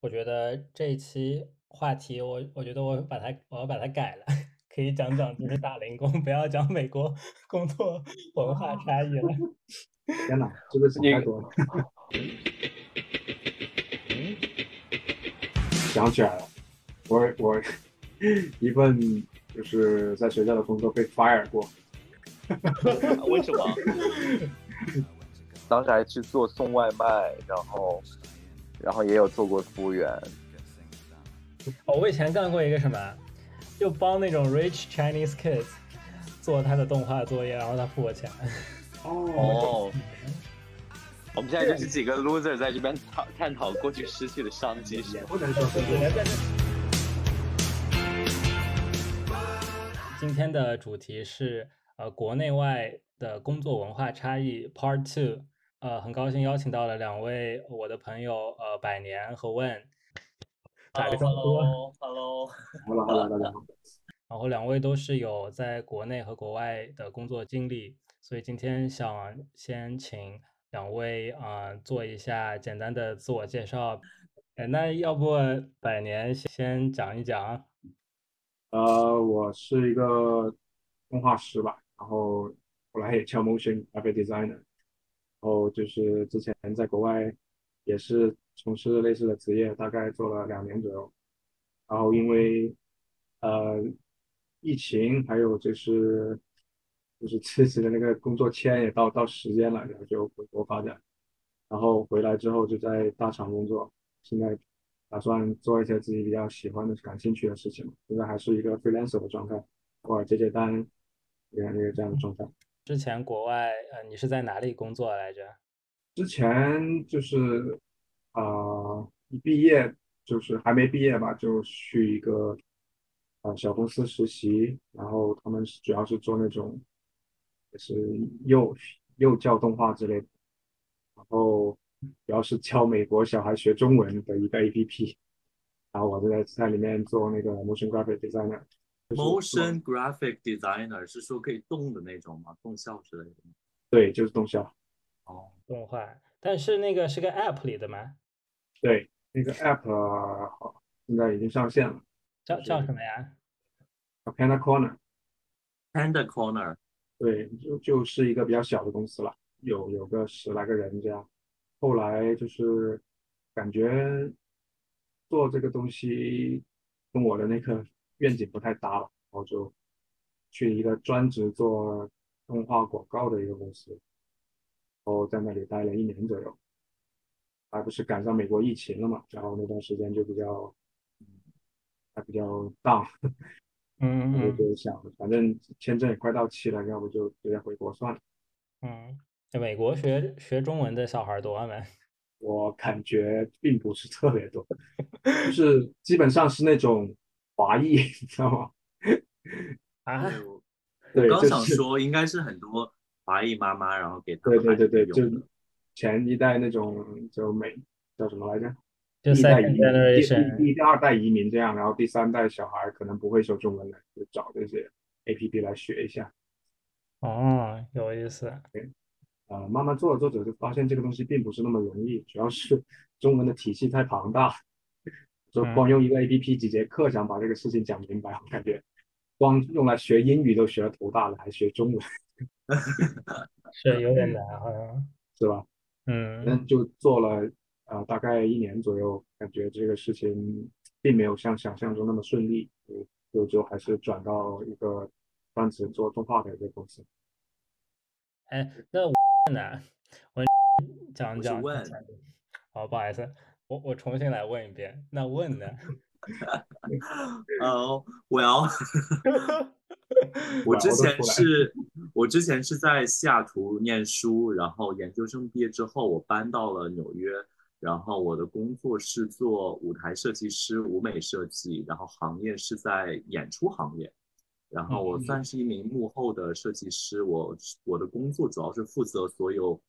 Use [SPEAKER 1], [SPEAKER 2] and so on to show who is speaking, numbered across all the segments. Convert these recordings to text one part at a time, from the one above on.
[SPEAKER 1] 我觉得这一期话题我，我觉得我把它我要把它改了， 可以讲讲就是打零工， 不要讲美国工作文化
[SPEAKER 2] 哦，
[SPEAKER 1] 差异了。
[SPEAKER 3] 天哪，这个事情
[SPEAKER 2] 那
[SPEAKER 3] 太
[SPEAKER 2] 个
[SPEAKER 3] 多了，想起来了，我我一份就是在学校的工作被 fire 过，
[SPEAKER 4] 为什么？当时还去做送外卖，然后，然后也有做过服务员。
[SPEAKER 1] 哦我以前干过一个什么，就帮那种 rich Chinese kids 做他的动画作业，然后他付我钱。
[SPEAKER 3] 哦，，
[SPEAKER 4] 我们现在就是几个 loser 在这边讨探讨过去失去的商机。
[SPEAKER 3] 也不能说是
[SPEAKER 1] 我们在这今天的主题是呃国内外的工作文化差异 Part Two。呃，很高兴邀请到了两位我的朋友，呃，百年和问，打个招呼。
[SPEAKER 5] Hello，Hello，
[SPEAKER 3] 好了好了，大家好，
[SPEAKER 1] 然后两位都是有在国内和国外的工作经历，所以今天想先请两位啊、呃做一下简单的自我介绍。哎，那要不百年先先讲一讲？啊
[SPEAKER 3] 呃，我是一个动画师吧，然后后来也叫 motion graphic designer，然后就是之前在国外也是从事类似的职业，大概做了两年左右，然后因为呃疫情，还有就是就是 自己的那个工作签也到到时间了，然后就回国发展，然后回来之后就在大厂工作，现在打算做一些自己比较喜欢的、感兴趣的事情，现在还是一个 freelancer 的状态，偶尔接接单，也也这样的状态。
[SPEAKER 1] 之前国外呃，你是在哪里工作来着？
[SPEAKER 3] 之前就是啊、呃一毕业就是还没毕业吧，就去一个啊、呃小公司实习，然后他们是主要是做那种就是幼幼教动画之类的，然后主要是教美国小孩学中文的一个 APP，然 后我就在在里面做那个 motion graphic designer，
[SPEAKER 5] Motion Graphic Designer 是说可以动的那种吗？动效之类的吗？
[SPEAKER 3] 对，就是动效。
[SPEAKER 5] 哦，
[SPEAKER 1] 动画，但是那个是个 App 里的吗？
[SPEAKER 3] 对，那个 app 啊好，现在已经上线了，
[SPEAKER 1] 叫叫
[SPEAKER 3] 是
[SPEAKER 1] 什么呀？
[SPEAKER 3] 叫 Panda Corner。
[SPEAKER 5] Panda Corner，
[SPEAKER 3] 对，就就是一个比较小的公司了，有有个十来个人这样。后来就是感觉做这个东西跟我的那个愿景不太搭了，然后就去一个专职做动画广告的一个公司，然后在那里待了一年左右。还不是赶上美国疫情了嘛，然后那段时间就比较嗯还比较 down，
[SPEAKER 1] 嗯
[SPEAKER 3] 我
[SPEAKER 1] 嗯嗯
[SPEAKER 3] 就想，反正签证也快到期了，要不就直接回国算了。
[SPEAKER 1] 嗯，哎美国学学中文的小孩儿多吗？
[SPEAKER 3] 我感觉并不是特别多，就是基本上是那种华裔，你知道吗？
[SPEAKER 1] 啊，
[SPEAKER 5] 对我
[SPEAKER 3] 对，
[SPEAKER 5] 刚
[SPEAKER 3] 就
[SPEAKER 5] 想
[SPEAKER 3] 是，
[SPEAKER 5] 说应该是很多华裔妈妈，然后给他
[SPEAKER 3] 对
[SPEAKER 5] 们
[SPEAKER 3] 对
[SPEAKER 5] 孩
[SPEAKER 3] 对
[SPEAKER 5] 子
[SPEAKER 3] 对，就
[SPEAKER 5] 用的。
[SPEAKER 3] 前一代那种就美叫什么来着？
[SPEAKER 1] 就
[SPEAKER 3] 一代移
[SPEAKER 1] second
[SPEAKER 3] 民，第第
[SPEAKER 1] generation。
[SPEAKER 3] 第第二代移民这样，然后第三代小孩可能不会说中文了，就找这些 APP 来学一下。
[SPEAKER 1] 哦，有意思。
[SPEAKER 3] 呃，慢慢做着做着就发现这个东西并不是那么容易，主要是中文的体系太庞大，就
[SPEAKER 1] 嗯
[SPEAKER 3] 光用一个 APP 几节课想把这个事情讲明白，我感觉光用来学英语都学得头大了，还学中文，
[SPEAKER 1] 是有点难，啊好像。
[SPEAKER 3] 是吧？那
[SPEAKER 1] 嗯，
[SPEAKER 3] 就做了呃大概一年左右，感觉这个事情并没有像想象中那么顺利，就就就还是转到一个专职做动画的一个公司。
[SPEAKER 1] 哎，那我呢？我讲
[SPEAKER 5] 我是
[SPEAKER 1] 讲。
[SPEAKER 5] 问
[SPEAKER 1] 好，不好意思，我我重新来问一遍。那问呢？
[SPEAKER 5] 哦，我要，我
[SPEAKER 3] 哇
[SPEAKER 5] 之
[SPEAKER 3] 我都
[SPEAKER 5] 前
[SPEAKER 3] 出来
[SPEAKER 5] 是，我之前是在西雅图念书，然后研究生毕业之后，我搬到了纽约，然后我的工作是做舞台设计师、舞美设计，然后行业是在演出行业，然后我
[SPEAKER 3] 嗯
[SPEAKER 5] 算是一名幕后的设计师，我我的工作主要是负责所有。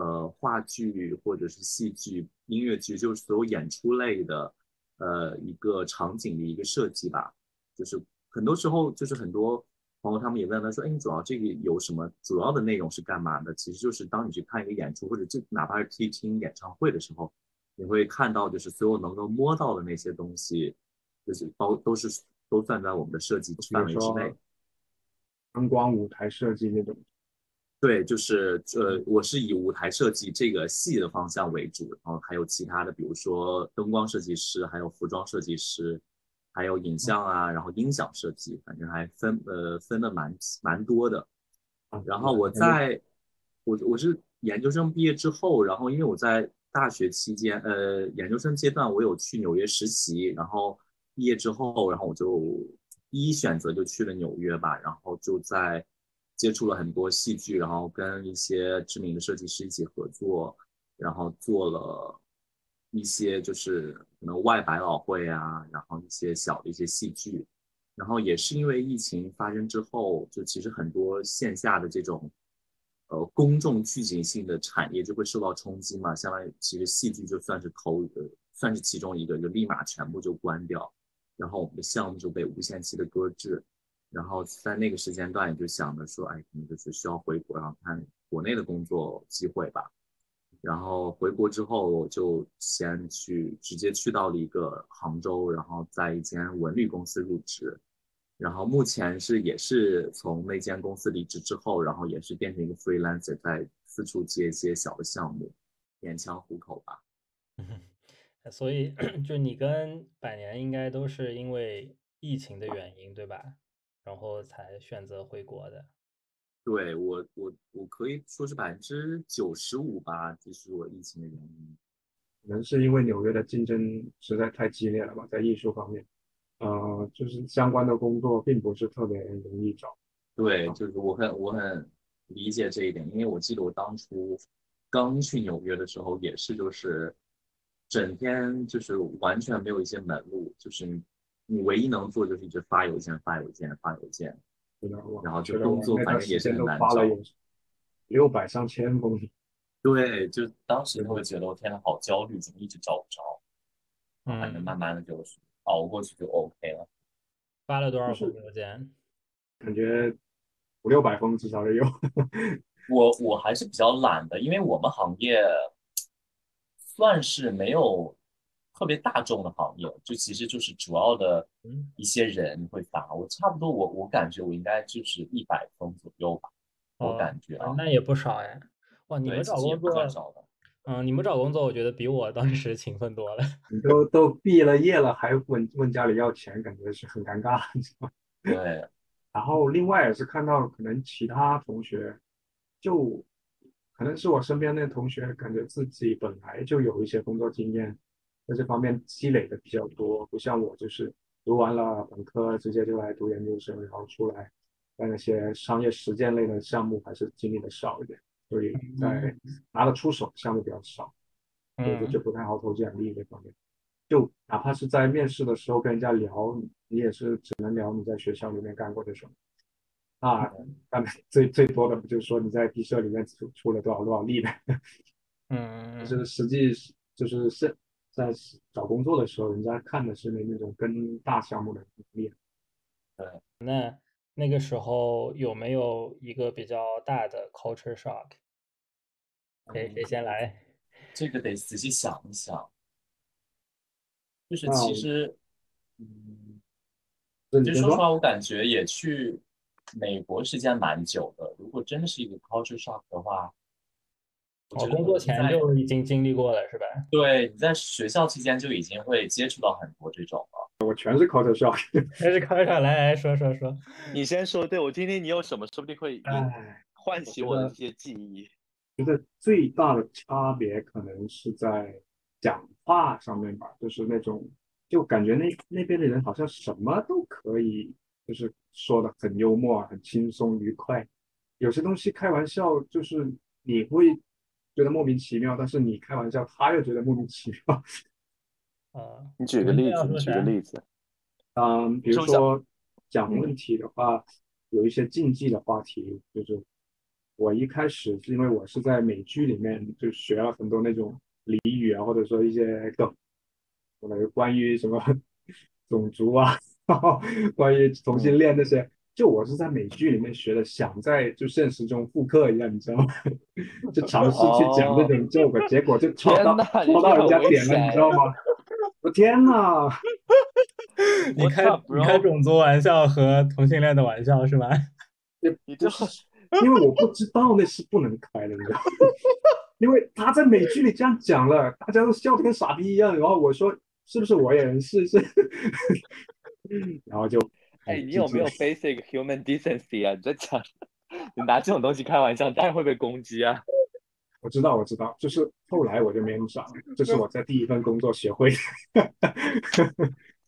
[SPEAKER 5] 呃，话剧或者是戏剧、音乐剧，就是所有演出类的，呃，一个场景的一个设计吧。就是很多时候，就是很多朋友他们也问他说：“哎，你主要这个有什么主要的内容是干嘛的？”其实就是当你去看一个演出，或者就哪怕是去听演唱会的时候，
[SPEAKER 4] 你会看到就是所有能够摸到的那些东西，就是包都是都算在我们的设计范围之内。
[SPEAKER 3] 灯光、舞台设计那种。
[SPEAKER 4] 对，就是呃，我是以舞台设计这个系的方向为主，然后还有其他的，比如说灯光设计师，还有服装设计师，还有影像啊，然后音响设计，反正还分呃分的蛮蛮多的。
[SPEAKER 3] 啊嗯
[SPEAKER 4] 然后我在我我是研究生毕业之后，然后因为我在大学期间，呃，研究生阶段我有去纽约实习，然后毕业之后，然后我就第一选择就去了纽约吧，然后就在。接触了很多戏剧，然后跟一些知名的设计师一起合作，然后做了一些就是可能外百老汇啊，然后一些小的一些戏剧，然后也是因为疫情发生之后，就其实很多线下的这种呃公众聚集性的产业就会受到冲击嘛，相当于其实戏剧就算是头呃算是其中一个，就立马全部就关掉，然后我们的项目就被无限期的搁置。然后在那个时间段，也就想着说，哎，可能就是需要回国，然后看国内的工作机会吧。然后回国之后，我就先去直接去到了一个杭州，然后在一间文旅公司入职。然后目前是也是从那间公司离职之后，然后也是变成一个 freelancer，在四处接一些小的项目，勉强糊口吧。
[SPEAKER 1] 嗯，所以 就你跟百年应该都是因为疫情的原因，对吧？然后才选择回国的，
[SPEAKER 4] 对我，我我可以说是百分之九十五吧，这是我疫情的原因。
[SPEAKER 3] 可能是因为纽约的竞争实在太激烈了吧，在艺术方面，呃，就是相关的工作并不是特别容易找。
[SPEAKER 4] 对，就是我很我很理解这一点，因为我记得我当初刚去纽约的时候，也是就是整天就是完全没有一些门路，就是。你唯一能做就是一直发邮件、发邮件、发邮件，然后就工作反正也是很难
[SPEAKER 3] 发了六百上千封。
[SPEAKER 4] 对，就当时会觉得我天呐，好焦虑，怎么一直找不着？
[SPEAKER 1] 嗯
[SPEAKER 4] 反正慢慢的就熬过去就 OK 了。
[SPEAKER 1] 发了多少封邮件？
[SPEAKER 3] 感觉五六百封至少也有。
[SPEAKER 4] 我我还是比较懒的，因为我们行业算是没有。特别大众的行业，就其实就是主要的
[SPEAKER 1] 嗯
[SPEAKER 4] 一些人会发。我差不多我，我我感觉我应该就是一百封左右吧，
[SPEAKER 1] 哦、
[SPEAKER 4] 我感觉啊，
[SPEAKER 1] 那也不少哎。哇，你们找工作，嗯，你们找工作，我觉得比我当时勤奋多了。
[SPEAKER 3] 你都都毕了业了，还问问家里要钱，感觉是很尴尬，是吧？
[SPEAKER 4] 对。
[SPEAKER 3] 然后另外也是看到可能其他同学，就可能是我身边那同学，感觉自己本来就有一些工作经验。在这方面积累的比较多，不像我就是读完了本科直接就来读研究生，然后出来在那些商业实践类的项目还是经历的少一点，所以在拿得出手的项目比较少，
[SPEAKER 1] 嗯
[SPEAKER 3] 所以就
[SPEAKER 4] 嗯
[SPEAKER 3] 就不太好投简历这方面。就哪怕是在面试的时候跟人家聊，你也是只能聊你在学校里面干过的什么。啊，
[SPEAKER 4] 嗯
[SPEAKER 3] 干的最最多的不就是说你在毕设里面出出了多少多少力呗？
[SPEAKER 1] 嗯，
[SPEAKER 3] 就是实际就是是。在找工作的时候，人家看的是那种跟大项目的能力。啊
[SPEAKER 4] 对，
[SPEAKER 1] 那那个时候有没有一个比较大的 culture shock？谁谁先来？
[SPEAKER 4] 这个得仔细想一想。就是其实，嗯，就说实话，我感觉也去美国时间蛮久的。如果真的是一个 culture shock 的话，
[SPEAKER 1] 我、哦、工作前就已经经历过了，是吧？
[SPEAKER 4] 对，你在学校期间就已经会接触到很多这种了。
[SPEAKER 3] 我全是 culture shock，
[SPEAKER 1] 全是 culture shock，来来说说说。
[SPEAKER 6] 你先说，对我听听你有什么，说不定会
[SPEAKER 3] 哎
[SPEAKER 4] 哎
[SPEAKER 6] 唤起我的一些记忆。
[SPEAKER 3] 觉得最大的差别可能是在讲话上面吧，就是那种就感觉那那边的人好像什么都可以，就是说的很幽默、很轻松、愉快。有些东西开玩笑，就是你会。觉得莫名其妙，但是你开玩笑，他又觉得莫名其妙。
[SPEAKER 1] 啊，
[SPEAKER 6] 你举个例子，你举个例子。
[SPEAKER 3] 嗯，比如说讲问题的话，有一些禁忌的话题，就是我一开始是因为我是在美剧里面就学了很多那种俚语啊，或者说一些梗，
[SPEAKER 4] 嗯
[SPEAKER 3] 关于什么种族啊，然后关于同性恋那些，就我是在美剧里面学的，想在就现实中复刻一样，你知道吗？ 就尝试去讲这种 joke，、结果就戳到
[SPEAKER 4] 哦天哪你
[SPEAKER 3] 戳到人
[SPEAKER 4] 这很
[SPEAKER 3] 家
[SPEAKER 4] 危
[SPEAKER 3] 点了，你
[SPEAKER 4] 险
[SPEAKER 3] 知道吗？
[SPEAKER 4] 啊
[SPEAKER 3] 我天哪！
[SPEAKER 1] 你
[SPEAKER 4] 我
[SPEAKER 1] 开
[SPEAKER 4] 操
[SPEAKER 1] 你开
[SPEAKER 4] bro
[SPEAKER 1] 种族玩笑和同性恋的玩笑是吗？
[SPEAKER 4] 你
[SPEAKER 3] 就
[SPEAKER 4] 这
[SPEAKER 3] 是因为我不知道那是不能开的，你知道吗？ 因为他在美剧里这样讲了，大家都笑得跟傻逼一样。然后我说是不是 我也能试一试？然后就
[SPEAKER 4] 哎，你有没有 basic human decency 啊？你在讲，你拿这种东西开玩笑，当然会被攻击啊！
[SPEAKER 3] 我知道我知道，就是后来我就没那么傻了，这
[SPEAKER 4] 嗯
[SPEAKER 3] 是我在第一份工作学会的。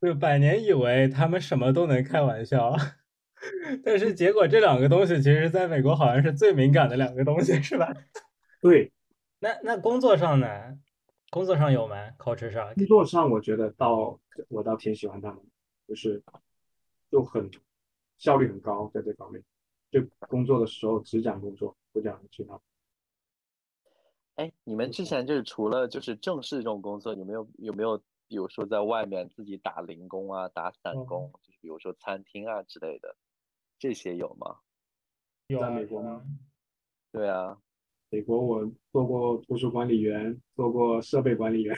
[SPEAKER 1] 就百年以为他们什么都能开玩笑， 但是结果这两个东西其实在美国好像是最敏感的两个东西，是吧？
[SPEAKER 3] 对，
[SPEAKER 1] 那那工作上呢？工作上有吗？culture shock？
[SPEAKER 3] 工作上我觉得到我倒挺喜欢他们，就是就很效率很高，在这方面，就工作的时候只讲工作，不讲其他。
[SPEAKER 4] 哎，你们之前就是除了就是正式这种工作，有没有有没有比如说在外面自己打零工啊、打散
[SPEAKER 1] 嗯
[SPEAKER 4] 工，就是比如说餐厅啊之类的，这些有吗？
[SPEAKER 1] 有
[SPEAKER 3] 在
[SPEAKER 1] 啊
[SPEAKER 3] 美
[SPEAKER 1] 有
[SPEAKER 3] 国
[SPEAKER 1] 啊
[SPEAKER 3] 吗
[SPEAKER 4] 对啊，
[SPEAKER 3] 美国我做过图书管理员，做过设备管理员。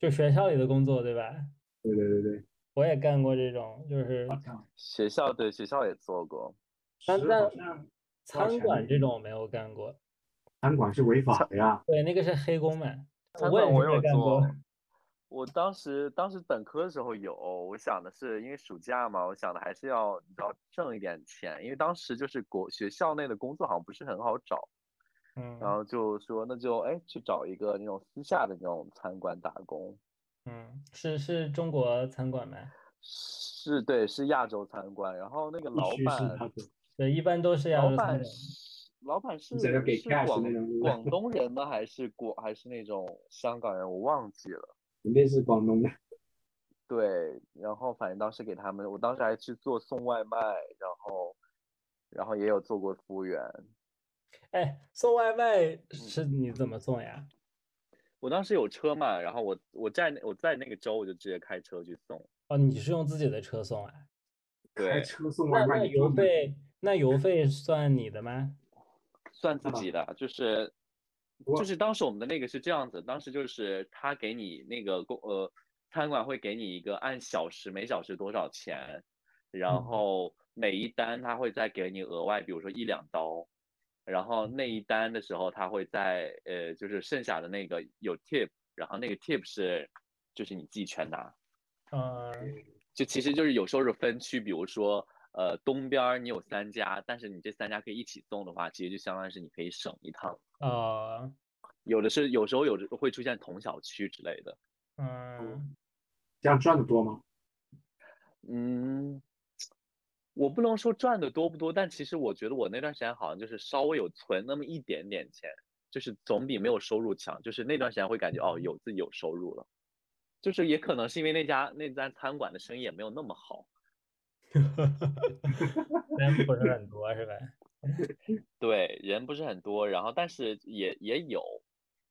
[SPEAKER 1] 就学校里的工作，对吧？
[SPEAKER 3] 对对对对，
[SPEAKER 1] 我也干过这种，就是
[SPEAKER 4] 学校对学校也做过，
[SPEAKER 1] 但
[SPEAKER 3] 啊是
[SPEAKER 1] 但
[SPEAKER 3] 好像
[SPEAKER 1] 餐
[SPEAKER 3] 全
[SPEAKER 1] 馆
[SPEAKER 3] 民
[SPEAKER 1] 这种没有干过。
[SPEAKER 3] 餐馆是违法的呀。
[SPEAKER 1] 对，那个是黑工嘛。
[SPEAKER 4] 餐
[SPEAKER 1] 我
[SPEAKER 4] 馆
[SPEAKER 1] 也
[SPEAKER 4] 我
[SPEAKER 1] 是没
[SPEAKER 4] 有
[SPEAKER 1] 干
[SPEAKER 4] 做
[SPEAKER 1] 过。
[SPEAKER 4] 我当时当时本科的时候有，我想的是因为暑假嘛，我想的还是要你知道挣一点钱，因为当时就是国学校内的工作好像不是很好找，
[SPEAKER 1] 嗯
[SPEAKER 4] 然后就说那就哎去找一个那种私下的那种餐馆打工，
[SPEAKER 1] 嗯，是是中国餐馆吗？
[SPEAKER 4] 是对是亚洲餐馆，然后那个
[SPEAKER 3] 必
[SPEAKER 4] 老
[SPEAKER 3] 须是他
[SPEAKER 4] 板
[SPEAKER 3] 的，
[SPEAKER 1] 对，一般都是亚
[SPEAKER 4] 老
[SPEAKER 1] 洲餐
[SPEAKER 4] 板
[SPEAKER 1] 馆。
[SPEAKER 4] 是老板是
[SPEAKER 3] 这个给
[SPEAKER 4] 是
[SPEAKER 3] cash
[SPEAKER 4] 广
[SPEAKER 3] 那种
[SPEAKER 4] 广东人呢还是国还是那种香港人我忘记了。
[SPEAKER 3] 肯定是广东的。
[SPEAKER 4] 对，然后反正当时给他们，我当时还去做送外卖，然后，然后也有做过服务员。
[SPEAKER 1] 哎，送外
[SPEAKER 4] 嗯
[SPEAKER 1] 卖是你怎么送呀？
[SPEAKER 4] 我当时有车嘛，然后我我在那我在那个州，我就直接开车去送。
[SPEAKER 1] 哦，你是用自己的车送啊？
[SPEAKER 3] 开
[SPEAKER 4] 对，
[SPEAKER 3] 车送
[SPEAKER 1] 那那
[SPEAKER 3] 外卖，
[SPEAKER 1] 邮费那邮费算你的吗？
[SPEAKER 4] 算自
[SPEAKER 3] 吧
[SPEAKER 4] 己的，就是
[SPEAKER 3] 我
[SPEAKER 4] 就是当时我们的那个是这样子，当时就是他给你那个公呃餐馆会给你一个按小时每小时多少钱，然
[SPEAKER 1] 嗯
[SPEAKER 4] 后每一单他会再给你额外，比如说一两刀，然后那一单的时候他会在呃就是剩下的那个有 tip，然后那个 tip 是就是你自己全拿，
[SPEAKER 1] 嗯，
[SPEAKER 4] 就其实就是有时候是分区，比如说。呃，东边儿你有三家，但是你这三家可以一起送的话，其实就相当于是你可以省一趟。
[SPEAKER 1] 哦，
[SPEAKER 4] 有的是有时候有的会出现同小区之类的。
[SPEAKER 1] 嗯，
[SPEAKER 3] 这样赚的多吗？
[SPEAKER 4] 嗯，我不能说赚的多不多，但其实我觉得我那段时间好像就是稍微有存那么一点点钱，就是总比没有收入强。就是那段时间会感觉哦，有自己有收入了，就是也可能是因为那家那家餐馆的生意也没有那么好。
[SPEAKER 1] 人不是很多是吧？
[SPEAKER 4] 对，人不是很多，然后但是也也有，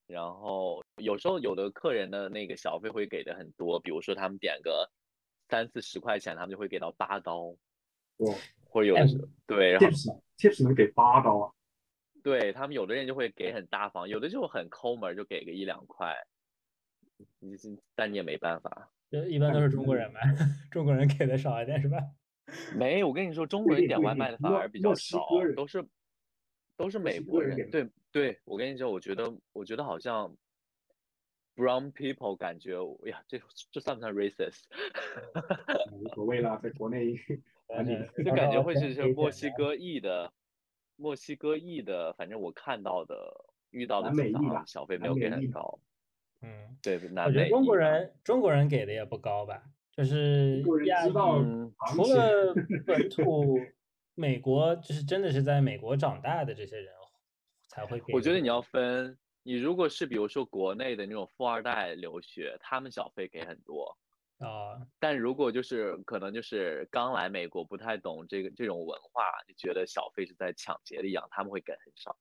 [SPEAKER 4] 然后有时候有的客人的那个小费会给的很多，比如说他们点个三四十块钱，他们就会给到八刀，
[SPEAKER 3] 哇
[SPEAKER 4] 或者有的
[SPEAKER 1] 哎
[SPEAKER 4] 时候对，然后
[SPEAKER 3] ，tips tips 能给八刀啊！
[SPEAKER 4] 对他们有的人就会给很大方，有的就很抠门儿，就给个一两块，你这但你也没办法。
[SPEAKER 1] 就一般都是中国人嘛，
[SPEAKER 4] 嗯
[SPEAKER 1] 中国人给的少一点是吧？
[SPEAKER 4] 没，我跟你说，中
[SPEAKER 3] 对
[SPEAKER 4] 国人
[SPEAKER 3] 对
[SPEAKER 4] 点
[SPEAKER 3] 对
[SPEAKER 4] 外
[SPEAKER 3] 对
[SPEAKER 4] 卖的反
[SPEAKER 3] 墨
[SPEAKER 4] 而比
[SPEAKER 3] 墨
[SPEAKER 4] 较
[SPEAKER 3] 西
[SPEAKER 4] 少
[SPEAKER 3] 哥人，
[SPEAKER 4] 都是都是
[SPEAKER 3] 墨
[SPEAKER 4] 美
[SPEAKER 3] 西哥
[SPEAKER 4] 国
[SPEAKER 3] 人点
[SPEAKER 4] 人。对对，我跟你说，我觉得我觉得好像 brown people 感觉，哎呀，这这算不算 racist？
[SPEAKER 3] 无所谓啦，在国内
[SPEAKER 1] 但
[SPEAKER 3] 反正
[SPEAKER 1] 是
[SPEAKER 4] 啊就
[SPEAKER 1] 多
[SPEAKER 4] 感觉
[SPEAKER 1] 少
[SPEAKER 4] 会
[SPEAKER 1] 钱
[SPEAKER 4] 是
[SPEAKER 1] 可
[SPEAKER 4] 是
[SPEAKER 1] 以
[SPEAKER 4] 墨
[SPEAKER 1] 减
[SPEAKER 4] 西哥裔的，墨西哥裔的，反正我看到的遇到的
[SPEAKER 3] 南
[SPEAKER 4] 情
[SPEAKER 3] 美
[SPEAKER 4] 况
[SPEAKER 3] 裔
[SPEAKER 4] 好
[SPEAKER 3] 吧
[SPEAKER 4] 像小费没
[SPEAKER 3] 南
[SPEAKER 4] 有
[SPEAKER 3] 美
[SPEAKER 4] 给
[SPEAKER 3] 裔
[SPEAKER 4] 很
[SPEAKER 3] 吧
[SPEAKER 4] 高。
[SPEAKER 1] 嗯，
[SPEAKER 4] 对，
[SPEAKER 1] 我
[SPEAKER 4] 南
[SPEAKER 1] 觉得
[SPEAKER 4] 美啊
[SPEAKER 1] 中国
[SPEAKER 4] 裔吧
[SPEAKER 1] 人中国人给的也不高吧，就是
[SPEAKER 3] 中国人
[SPEAKER 1] 亚
[SPEAKER 3] 知道
[SPEAKER 4] 嗯，
[SPEAKER 3] 行
[SPEAKER 1] 除
[SPEAKER 3] 情
[SPEAKER 1] 了本土美国，就是真的是在美国长大的这些人才会给。
[SPEAKER 4] 我觉得你要分，你如果是比如说国内的那种富二代留学，他们小费给很多，
[SPEAKER 1] 啊，
[SPEAKER 4] 但如果就是可能就是刚来美国不太懂这个这种文化，就觉得小费是在抢劫的一样，他们会给很少。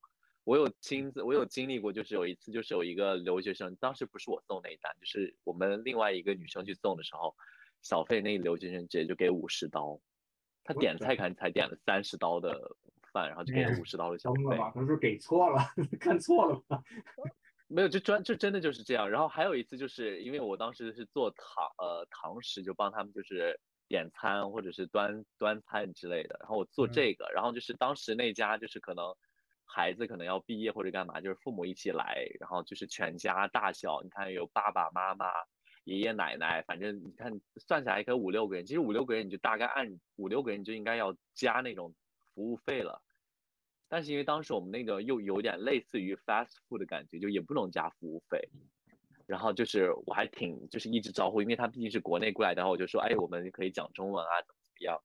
[SPEAKER 4] 我有亲自，我有经历过，就是有一次，就是有一个留学生，当时不是我送那一单，就是我们另外一个女生去送的时候，小费那个留学生直接就给五十刀，他点菜看才点了三十刀的饭，然后就给了五十刀的小
[SPEAKER 3] 疯了
[SPEAKER 4] 费。
[SPEAKER 3] 吧？他说给错了，看错了吧？
[SPEAKER 4] 没有，就专就真的就是这样。然后还有一次，就是因为我当时是做堂呃堂食，就帮他们就是点餐或者是端端餐之类的。然后我做
[SPEAKER 1] 嗯
[SPEAKER 4] 这个，然后就是当时那家就是可能孩子可能要毕业或者干嘛，就是父母一起来，然后就是全家大小，你看有爸爸妈妈、爷爷奶奶，反正你看算下来可以五六个人。其实五六个人你就大概按五六个人你就应该要加那种服务费了。但是因为当时我们那个又有点类似于 fast food 的感觉，就也不能加服务费。然后就是我还挺就是一直招呼，因为他毕竟是国内过来的，然后我就说，哎，我们可以讲中文啊，怎么怎么样。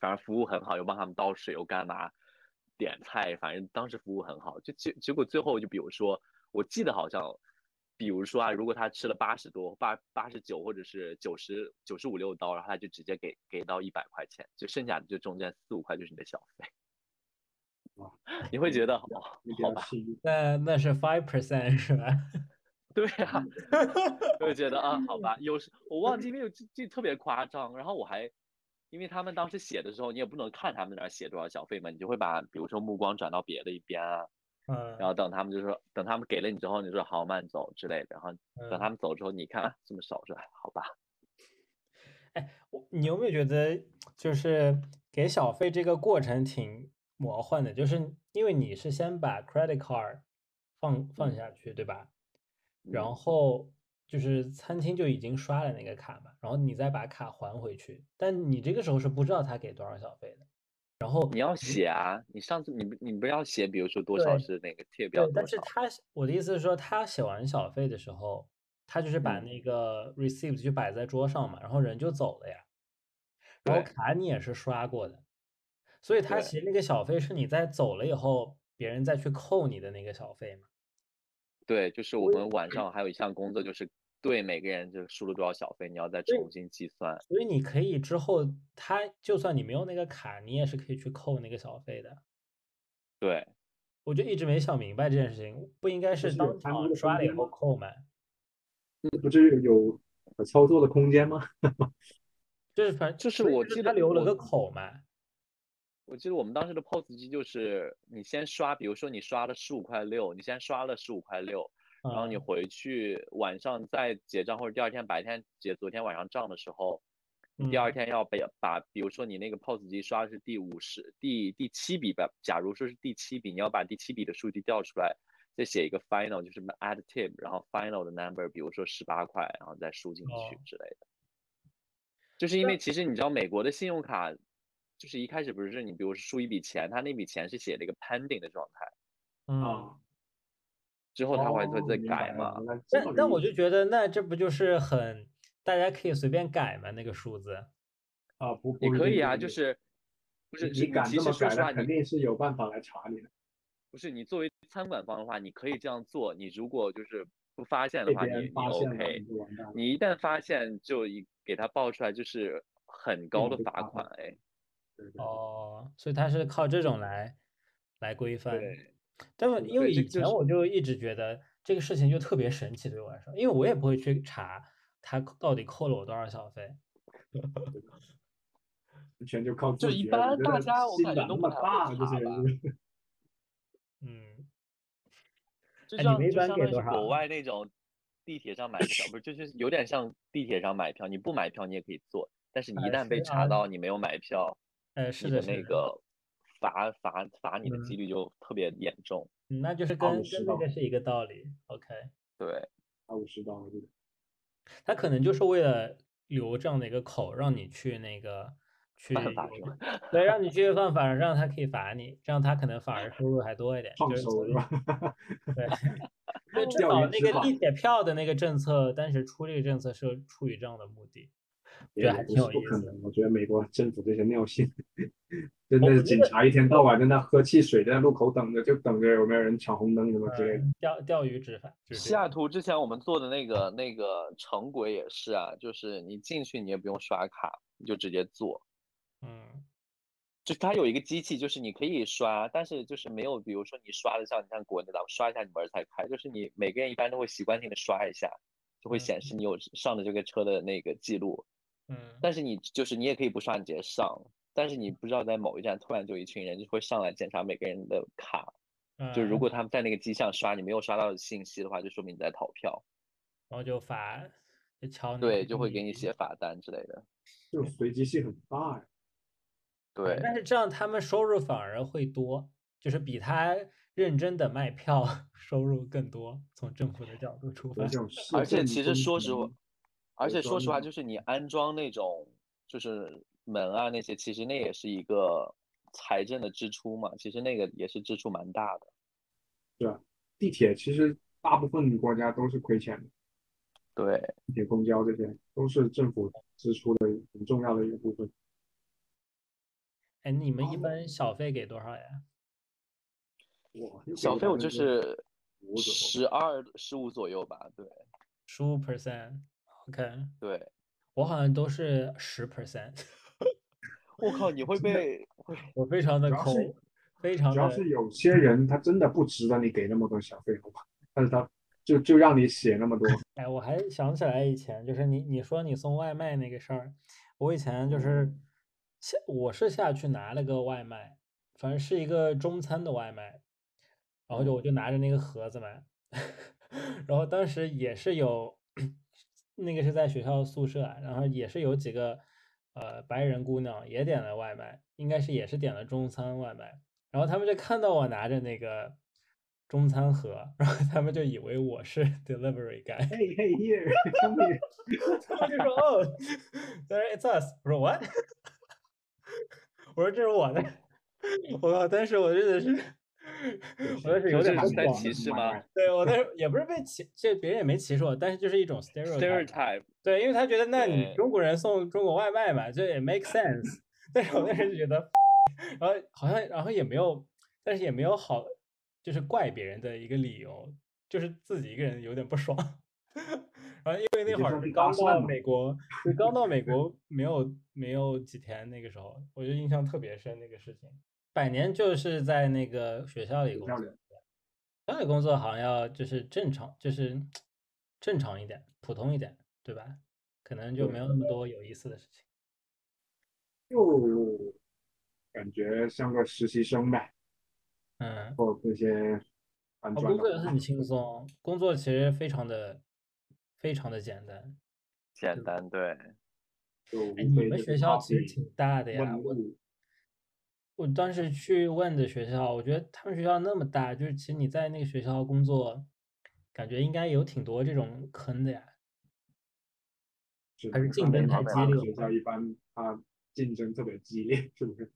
[SPEAKER 4] 反正服务很好，又帮他们倒水，又干嘛点菜，反正当时服务很好。就结结果最后就比如说，我记得好像，比如说啊，如果他吃了八十多、八八十九或者是九十九十五六刀，然后他就直接给给到一百块钱，就剩下的就中间四五块就是你的小费。
[SPEAKER 3] 哇，
[SPEAKER 4] 你会觉得哦，
[SPEAKER 3] 那
[SPEAKER 4] 好
[SPEAKER 3] 边
[SPEAKER 4] 吧，
[SPEAKER 3] 是
[SPEAKER 1] 那那是 five percent 是吧？
[SPEAKER 4] 对啊，
[SPEAKER 1] 嗯
[SPEAKER 4] 我 就觉得啊，好 吧，有时我忘记，因为这这特别夸张。然后我还，因为他们当时写的时候，你也不能看他们那儿写多少小费嘛，你就会把比如说目光转到别的一边啊，
[SPEAKER 1] 嗯，
[SPEAKER 4] 然后等他们就说，等他们给了你之后，你就说好慢走之类的，然后等他
[SPEAKER 1] 嗯
[SPEAKER 4] 们走之后，你看啊这么少，我说哎好吧，
[SPEAKER 1] 哎，我你有没有觉得就是给小费这个过程挺魔幻的？就是因为你是先把 credit card 放放
[SPEAKER 4] 嗯
[SPEAKER 1] 下去，对吧？
[SPEAKER 4] 嗯
[SPEAKER 1] 然后就是餐厅就已经刷了那个卡嘛，然后你再把卡还回去，但你这个时候是不知道他给多少小费的。哦
[SPEAKER 4] 你要写啊，你上次你不你不要写，比如说多少
[SPEAKER 1] 对
[SPEAKER 4] 是哪个 tip
[SPEAKER 1] 对
[SPEAKER 4] 要，多
[SPEAKER 1] 但是
[SPEAKER 4] 少，
[SPEAKER 1] 他是我的意思是说，他写完小费的时候，他就是把
[SPEAKER 4] 嗯
[SPEAKER 1] 那个 receipt 就摆在桌上嘛，然后人就走了呀。然后
[SPEAKER 4] 对
[SPEAKER 1] 卡你也是刷过的，所以他
[SPEAKER 4] 对
[SPEAKER 1] 其实那个小费是你在走了以后，别人再去扣你的那个小费嘛。
[SPEAKER 4] 对，就是我们晚上还有一项工作就是对每个人就是输入多少小费，你要再
[SPEAKER 1] 对
[SPEAKER 4] 重新计算。
[SPEAKER 1] 所以你可以之后，他就算你没有那个卡，你也是可以去扣那个小费的。
[SPEAKER 4] 对，
[SPEAKER 1] 我就一直没想明白这件事情，不应该
[SPEAKER 3] 就是是有
[SPEAKER 1] 当
[SPEAKER 3] 贪
[SPEAKER 1] 场
[SPEAKER 3] 污的
[SPEAKER 1] 刷
[SPEAKER 3] 空
[SPEAKER 1] 了以
[SPEAKER 3] 间
[SPEAKER 1] 后
[SPEAKER 3] 吗
[SPEAKER 1] 扣吗？
[SPEAKER 3] 不是有可操作的空间吗？
[SPEAKER 1] 就是反正
[SPEAKER 4] 就是
[SPEAKER 1] 所以
[SPEAKER 4] 我记
[SPEAKER 1] 他
[SPEAKER 4] 得
[SPEAKER 1] 留了
[SPEAKER 4] 我
[SPEAKER 1] 个口嘛。
[SPEAKER 4] 我记得我们当时的 POS 机就是你先刷，比如说你刷了十五块六，你先刷了十五块六，然后你
[SPEAKER 1] 嗯
[SPEAKER 4] 回去晚上再结账，或者第二天白天结昨天晚上账的时候，你第二
[SPEAKER 1] 嗯
[SPEAKER 4] 天要把把，比如说你那个 POS 机刷的是第五十第第七笔吧，假如说是第七笔，你要把第七笔的数据调出来，再写一个 final，就是 add tip，然后 final 的 number，比如说十八块，然后再输进去
[SPEAKER 1] 哦
[SPEAKER 4] 之类的。就是因为其实你知道，美国的信用卡，就是一开始不是你，比如说输一笔钱，他那笔钱是写了一个 pending 的状态，哦
[SPEAKER 1] 嗯。
[SPEAKER 3] 啊，
[SPEAKER 4] 之后他还会
[SPEAKER 3] 哦，
[SPEAKER 4] 再
[SPEAKER 3] 明
[SPEAKER 4] 改
[SPEAKER 3] 白
[SPEAKER 4] 嘛
[SPEAKER 3] 了，。原来这
[SPEAKER 1] 但
[SPEAKER 3] 么个
[SPEAKER 1] 但
[SPEAKER 3] 意
[SPEAKER 1] 我
[SPEAKER 3] 思
[SPEAKER 1] 就觉得，那这不就是很大家可以随便改嘛那个数字？
[SPEAKER 3] 啊，不
[SPEAKER 4] 也
[SPEAKER 3] 不
[SPEAKER 4] 可以啊，
[SPEAKER 3] 不
[SPEAKER 4] 就是不是
[SPEAKER 3] 你
[SPEAKER 4] 是
[SPEAKER 3] 你敢
[SPEAKER 4] 其
[SPEAKER 3] 这
[SPEAKER 4] 实
[SPEAKER 3] 么
[SPEAKER 4] 说
[SPEAKER 3] 改，
[SPEAKER 4] 实
[SPEAKER 3] 那
[SPEAKER 4] 话，
[SPEAKER 3] 肯
[SPEAKER 4] 你
[SPEAKER 3] 定是有办法来查你的。
[SPEAKER 4] 不是你作为餐馆方的话，你可以这样做。你如果就是不发现的
[SPEAKER 3] 被
[SPEAKER 4] 话，
[SPEAKER 3] 别
[SPEAKER 4] 你
[SPEAKER 3] 人
[SPEAKER 4] 你
[SPEAKER 3] 发现了，
[SPEAKER 4] OK。
[SPEAKER 3] 你就完蛋了。
[SPEAKER 4] 你一旦发现，就一给他报出来，就是很高的
[SPEAKER 3] 嗯被
[SPEAKER 4] 罚
[SPEAKER 3] 罚
[SPEAKER 4] 款
[SPEAKER 3] 款。
[SPEAKER 4] 哎。
[SPEAKER 3] 对对对
[SPEAKER 1] 哦，所以它是靠这种来来规范。
[SPEAKER 4] 对，
[SPEAKER 1] 但是因为
[SPEAKER 4] 对这
[SPEAKER 1] 以
[SPEAKER 4] 个就
[SPEAKER 1] 前
[SPEAKER 4] 是
[SPEAKER 1] 我就一直觉得这个事情就特别神奇，对我来说，因为我也不会去查他到底扣了我多少小费。
[SPEAKER 3] 完全就靠
[SPEAKER 4] 就
[SPEAKER 3] 自
[SPEAKER 4] 一
[SPEAKER 3] 觉。
[SPEAKER 4] 般
[SPEAKER 3] 我觉
[SPEAKER 4] 大
[SPEAKER 3] 得
[SPEAKER 4] 家我
[SPEAKER 3] 心
[SPEAKER 4] 感觉
[SPEAKER 3] 胆
[SPEAKER 4] 都
[SPEAKER 3] 那
[SPEAKER 4] 不
[SPEAKER 3] 么
[SPEAKER 4] 太
[SPEAKER 3] 大
[SPEAKER 4] 会
[SPEAKER 3] 的这些
[SPEAKER 4] 查吧
[SPEAKER 3] 人，
[SPEAKER 1] 嗯，
[SPEAKER 4] 就
[SPEAKER 1] 哎你
[SPEAKER 4] 像
[SPEAKER 1] 们一
[SPEAKER 4] 就
[SPEAKER 1] 般
[SPEAKER 4] 相
[SPEAKER 1] 给
[SPEAKER 4] 当于
[SPEAKER 1] 多
[SPEAKER 4] 是国
[SPEAKER 1] 少
[SPEAKER 3] 啊
[SPEAKER 4] 外那种地铁上买票，不是就是有点像地铁上买票，你不买票你也可以坐，但是你
[SPEAKER 3] 哎
[SPEAKER 4] 一
[SPEAKER 1] 呃
[SPEAKER 4] 旦被
[SPEAKER 1] 是
[SPEAKER 4] 查
[SPEAKER 1] 啊
[SPEAKER 4] 到你没有买票，
[SPEAKER 1] 呃，是
[SPEAKER 4] 你
[SPEAKER 1] 的，
[SPEAKER 4] 的
[SPEAKER 1] 是
[SPEAKER 4] 那
[SPEAKER 1] 的，
[SPEAKER 4] 个罚罚罚你的
[SPEAKER 1] 嗯
[SPEAKER 4] 几率就特别严重。
[SPEAKER 1] 嗯那就是
[SPEAKER 3] 啊我
[SPEAKER 1] 跟
[SPEAKER 3] 知
[SPEAKER 1] 跟那
[SPEAKER 3] 道
[SPEAKER 1] 个是一个道理。OK，
[SPEAKER 4] 对，
[SPEAKER 3] 啊，我知道，我知道。
[SPEAKER 1] 他可能就是为了留这样的一个口，让你去那个去
[SPEAKER 4] 办法
[SPEAKER 1] 有
[SPEAKER 4] 是
[SPEAKER 1] 这
[SPEAKER 4] 吧？
[SPEAKER 1] 对， 让你去犯法，让他可以罚你，这样他可能反而收入还多一点。
[SPEAKER 3] 创
[SPEAKER 1] 就是
[SPEAKER 3] 收
[SPEAKER 1] 所
[SPEAKER 3] 是
[SPEAKER 1] 以
[SPEAKER 3] 吧？
[SPEAKER 1] 对， 对，至
[SPEAKER 3] 钓
[SPEAKER 1] 少
[SPEAKER 3] 鱼
[SPEAKER 1] 那
[SPEAKER 3] 执
[SPEAKER 1] 个
[SPEAKER 3] 法
[SPEAKER 1] 地铁票的那个政策，当时出这个政策是出于这样的目的，觉
[SPEAKER 3] 也
[SPEAKER 1] 得还
[SPEAKER 3] 不
[SPEAKER 1] 挺
[SPEAKER 3] 是
[SPEAKER 1] 有
[SPEAKER 3] 不
[SPEAKER 1] 意
[SPEAKER 3] 可
[SPEAKER 1] 思的。
[SPEAKER 3] 能，我觉得美国政府这些尿性， 真
[SPEAKER 1] 我觉
[SPEAKER 3] 的是警
[SPEAKER 1] 得
[SPEAKER 3] 察一天到晚在那喝汽水，在路口等着，就等着有没有人抢红灯什么之类的。
[SPEAKER 1] 嗯，钓钓鱼执法就是这
[SPEAKER 4] 西雅
[SPEAKER 1] 样。
[SPEAKER 4] 图之前我们做的那个那个城轨也是啊，就是你进去你也不用刷卡，你就直接坐。
[SPEAKER 1] 嗯，
[SPEAKER 4] 就是它有一个机器，就是你可以刷，但是就是没有，比如说你刷的像你像国内咱们刷一下你门儿才开，就是你每个人一般都会习惯性的刷一下，就会显
[SPEAKER 1] 嗯
[SPEAKER 4] 示你有上的这个车的那个记录。
[SPEAKER 1] 嗯，
[SPEAKER 4] 但是你就是你也可以不刷，你直接上，但是你不知道在某一站突然就一群人就会上来检查每个人的卡，
[SPEAKER 1] 嗯，
[SPEAKER 4] 就如果他们在那个机上刷你没有刷到的信息的话，就说明你在逃票，
[SPEAKER 1] 然后就罚就敲你
[SPEAKER 4] 对，就会
[SPEAKER 3] 嗯
[SPEAKER 4] 给
[SPEAKER 1] 你
[SPEAKER 4] 你写罚单之类的。
[SPEAKER 3] 哎这
[SPEAKER 4] 哎
[SPEAKER 3] 种随机性很大呀。
[SPEAKER 4] 对，
[SPEAKER 1] 但是这样他们收入反而会多，就是比他认真的卖票 收入更多。从政府的角度出发
[SPEAKER 3] 这，种事
[SPEAKER 4] 而且
[SPEAKER 3] 件
[SPEAKER 4] 其
[SPEAKER 3] 中
[SPEAKER 4] 实说实
[SPEAKER 3] 可
[SPEAKER 4] 话
[SPEAKER 3] 能，
[SPEAKER 4] 而
[SPEAKER 3] 有
[SPEAKER 4] 且说
[SPEAKER 3] 专
[SPEAKER 4] 实话，
[SPEAKER 3] 门
[SPEAKER 4] 就是你安装那种就是门啊那些，其实那也是一个财政的支出嘛，其实那个也是支出蛮大的。
[SPEAKER 3] 地铁其实大部分国家都是亏钱的，
[SPEAKER 4] 对，
[SPEAKER 3] 地铁、公交这些都是政府支出的很重要的一个部分。
[SPEAKER 1] 哎，你们一
[SPEAKER 3] 哦
[SPEAKER 1] 般小费给多少呀？
[SPEAKER 3] 哇，又给
[SPEAKER 4] 小
[SPEAKER 3] 了
[SPEAKER 4] 费我
[SPEAKER 3] 百
[SPEAKER 4] 就
[SPEAKER 3] 分之
[SPEAKER 4] 是
[SPEAKER 3] 五左右
[SPEAKER 4] 十二十五左右吧，对
[SPEAKER 1] 十五 percent。OK，
[SPEAKER 4] 对。
[SPEAKER 1] 我好像都是十 percent，
[SPEAKER 4] 我靠，你会被会
[SPEAKER 1] 我非常的
[SPEAKER 3] 主要
[SPEAKER 1] 抠
[SPEAKER 3] 是，
[SPEAKER 1] 非常
[SPEAKER 3] 主要
[SPEAKER 1] 的
[SPEAKER 3] 是有些人他真的不值得你给那么多小费，好吧？但是他就就让你写那 么多，
[SPEAKER 1] 哎，我还想起来以前，就是你你说你送外卖那个事儿，我以前就是下我是下去拿了个外卖，反正是一个中餐的外卖，然后就我就拿着那个盒子嘛， 然后当时也是有那个是在学校宿舍啊，然后也是有几个呃白人姑娘也点了外卖，应该是也是点了中餐外卖，然后他们就看到我拿着那个中餐盒， 然后他们就以为我是 delivery guy，
[SPEAKER 3] 嘿嘿耶， 兄弟，
[SPEAKER 1] 他们就说哦，他说 it's us，我说 what，我说这是我的，我靠，当时我真的是，我当时有
[SPEAKER 4] 就
[SPEAKER 1] 点
[SPEAKER 4] 是
[SPEAKER 1] 不
[SPEAKER 4] 在
[SPEAKER 1] 爽
[SPEAKER 4] 歧视吗
[SPEAKER 3] 哎
[SPEAKER 1] 对我当时也不是被歧，这别人也没歧视我，但是就是一种 stereotype，吧
[SPEAKER 4] stereotype？
[SPEAKER 1] 对，因为他觉得那你
[SPEAKER 4] 对
[SPEAKER 1] 中国人送中国外卖嘛，这也 make sense，但是我当时就觉得，然后好像然后也没有，但是也没有好，就是怪别人的一个理由，就是自己一个人有点不爽。然后因为
[SPEAKER 3] 你
[SPEAKER 1] 那
[SPEAKER 3] 就
[SPEAKER 1] 会儿
[SPEAKER 3] 上
[SPEAKER 1] 是
[SPEAKER 3] 去搭
[SPEAKER 1] 刚
[SPEAKER 3] 讪
[SPEAKER 1] 到
[SPEAKER 3] 嘛
[SPEAKER 1] 美国，就刚到美国没有没有几天，那个时候我就印象特别深那个事情。百年就是在那个学校里
[SPEAKER 3] 学
[SPEAKER 1] 工
[SPEAKER 3] 校
[SPEAKER 1] 作
[SPEAKER 3] 里
[SPEAKER 1] 的，学校里工作好像要就是正常，就是正常一点，普通一点，对吧？可能就
[SPEAKER 3] 对
[SPEAKER 1] 没有那么多有意思的事情。
[SPEAKER 3] 就感觉像个实习生呗，
[SPEAKER 1] 嗯，
[SPEAKER 3] 或那些搬
[SPEAKER 1] 我
[SPEAKER 3] 砖
[SPEAKER 1] 工作也
[SPEAKER 3] 的
[SPEAKER 1] 很轻松，工作其实非常的非常的简单。
[SPEAKER 4] 简单对，
[SPEAKER 3] 就无
[SPEAKER 1] 哎，你
[SPEAKER 3] 非
[SPEAKER 1] 们
[SPEAKER 3] 就是
[SPEAKER 1] 学校其实
[SPEAKER 3] copy
[SPEAKER 1] 挺大的呀，
[SPEAKER 3] 问
[SPEAKER 1] 我
[SPEAKER 3] 路，
[SPEAKER 1] 我当时去问的学校，我觉得他们学校那么大，就是其实你在那个学校工作，感觉应该有挺多这种坑的呀。
[SPEAKER 3] 只
[SPEAKER 1] 还是
[SPEAKER 3] 能
[SPEAKER 1] 竞
[SPEAKER 3] 说
[SPEAKER 1] 争
[SPEAKER 3] 美
[SPEAKER 1] 太
[SPEAKER 3] 国
[SPEAKER 1] 激
[SPEAKER 3] 大
[SPEAKER 1] 烈
[SPEAKER 3] 学
[SPEAKER 1] 了
[SPEAKER 3] 校一般它竞争特别激烈，是不是？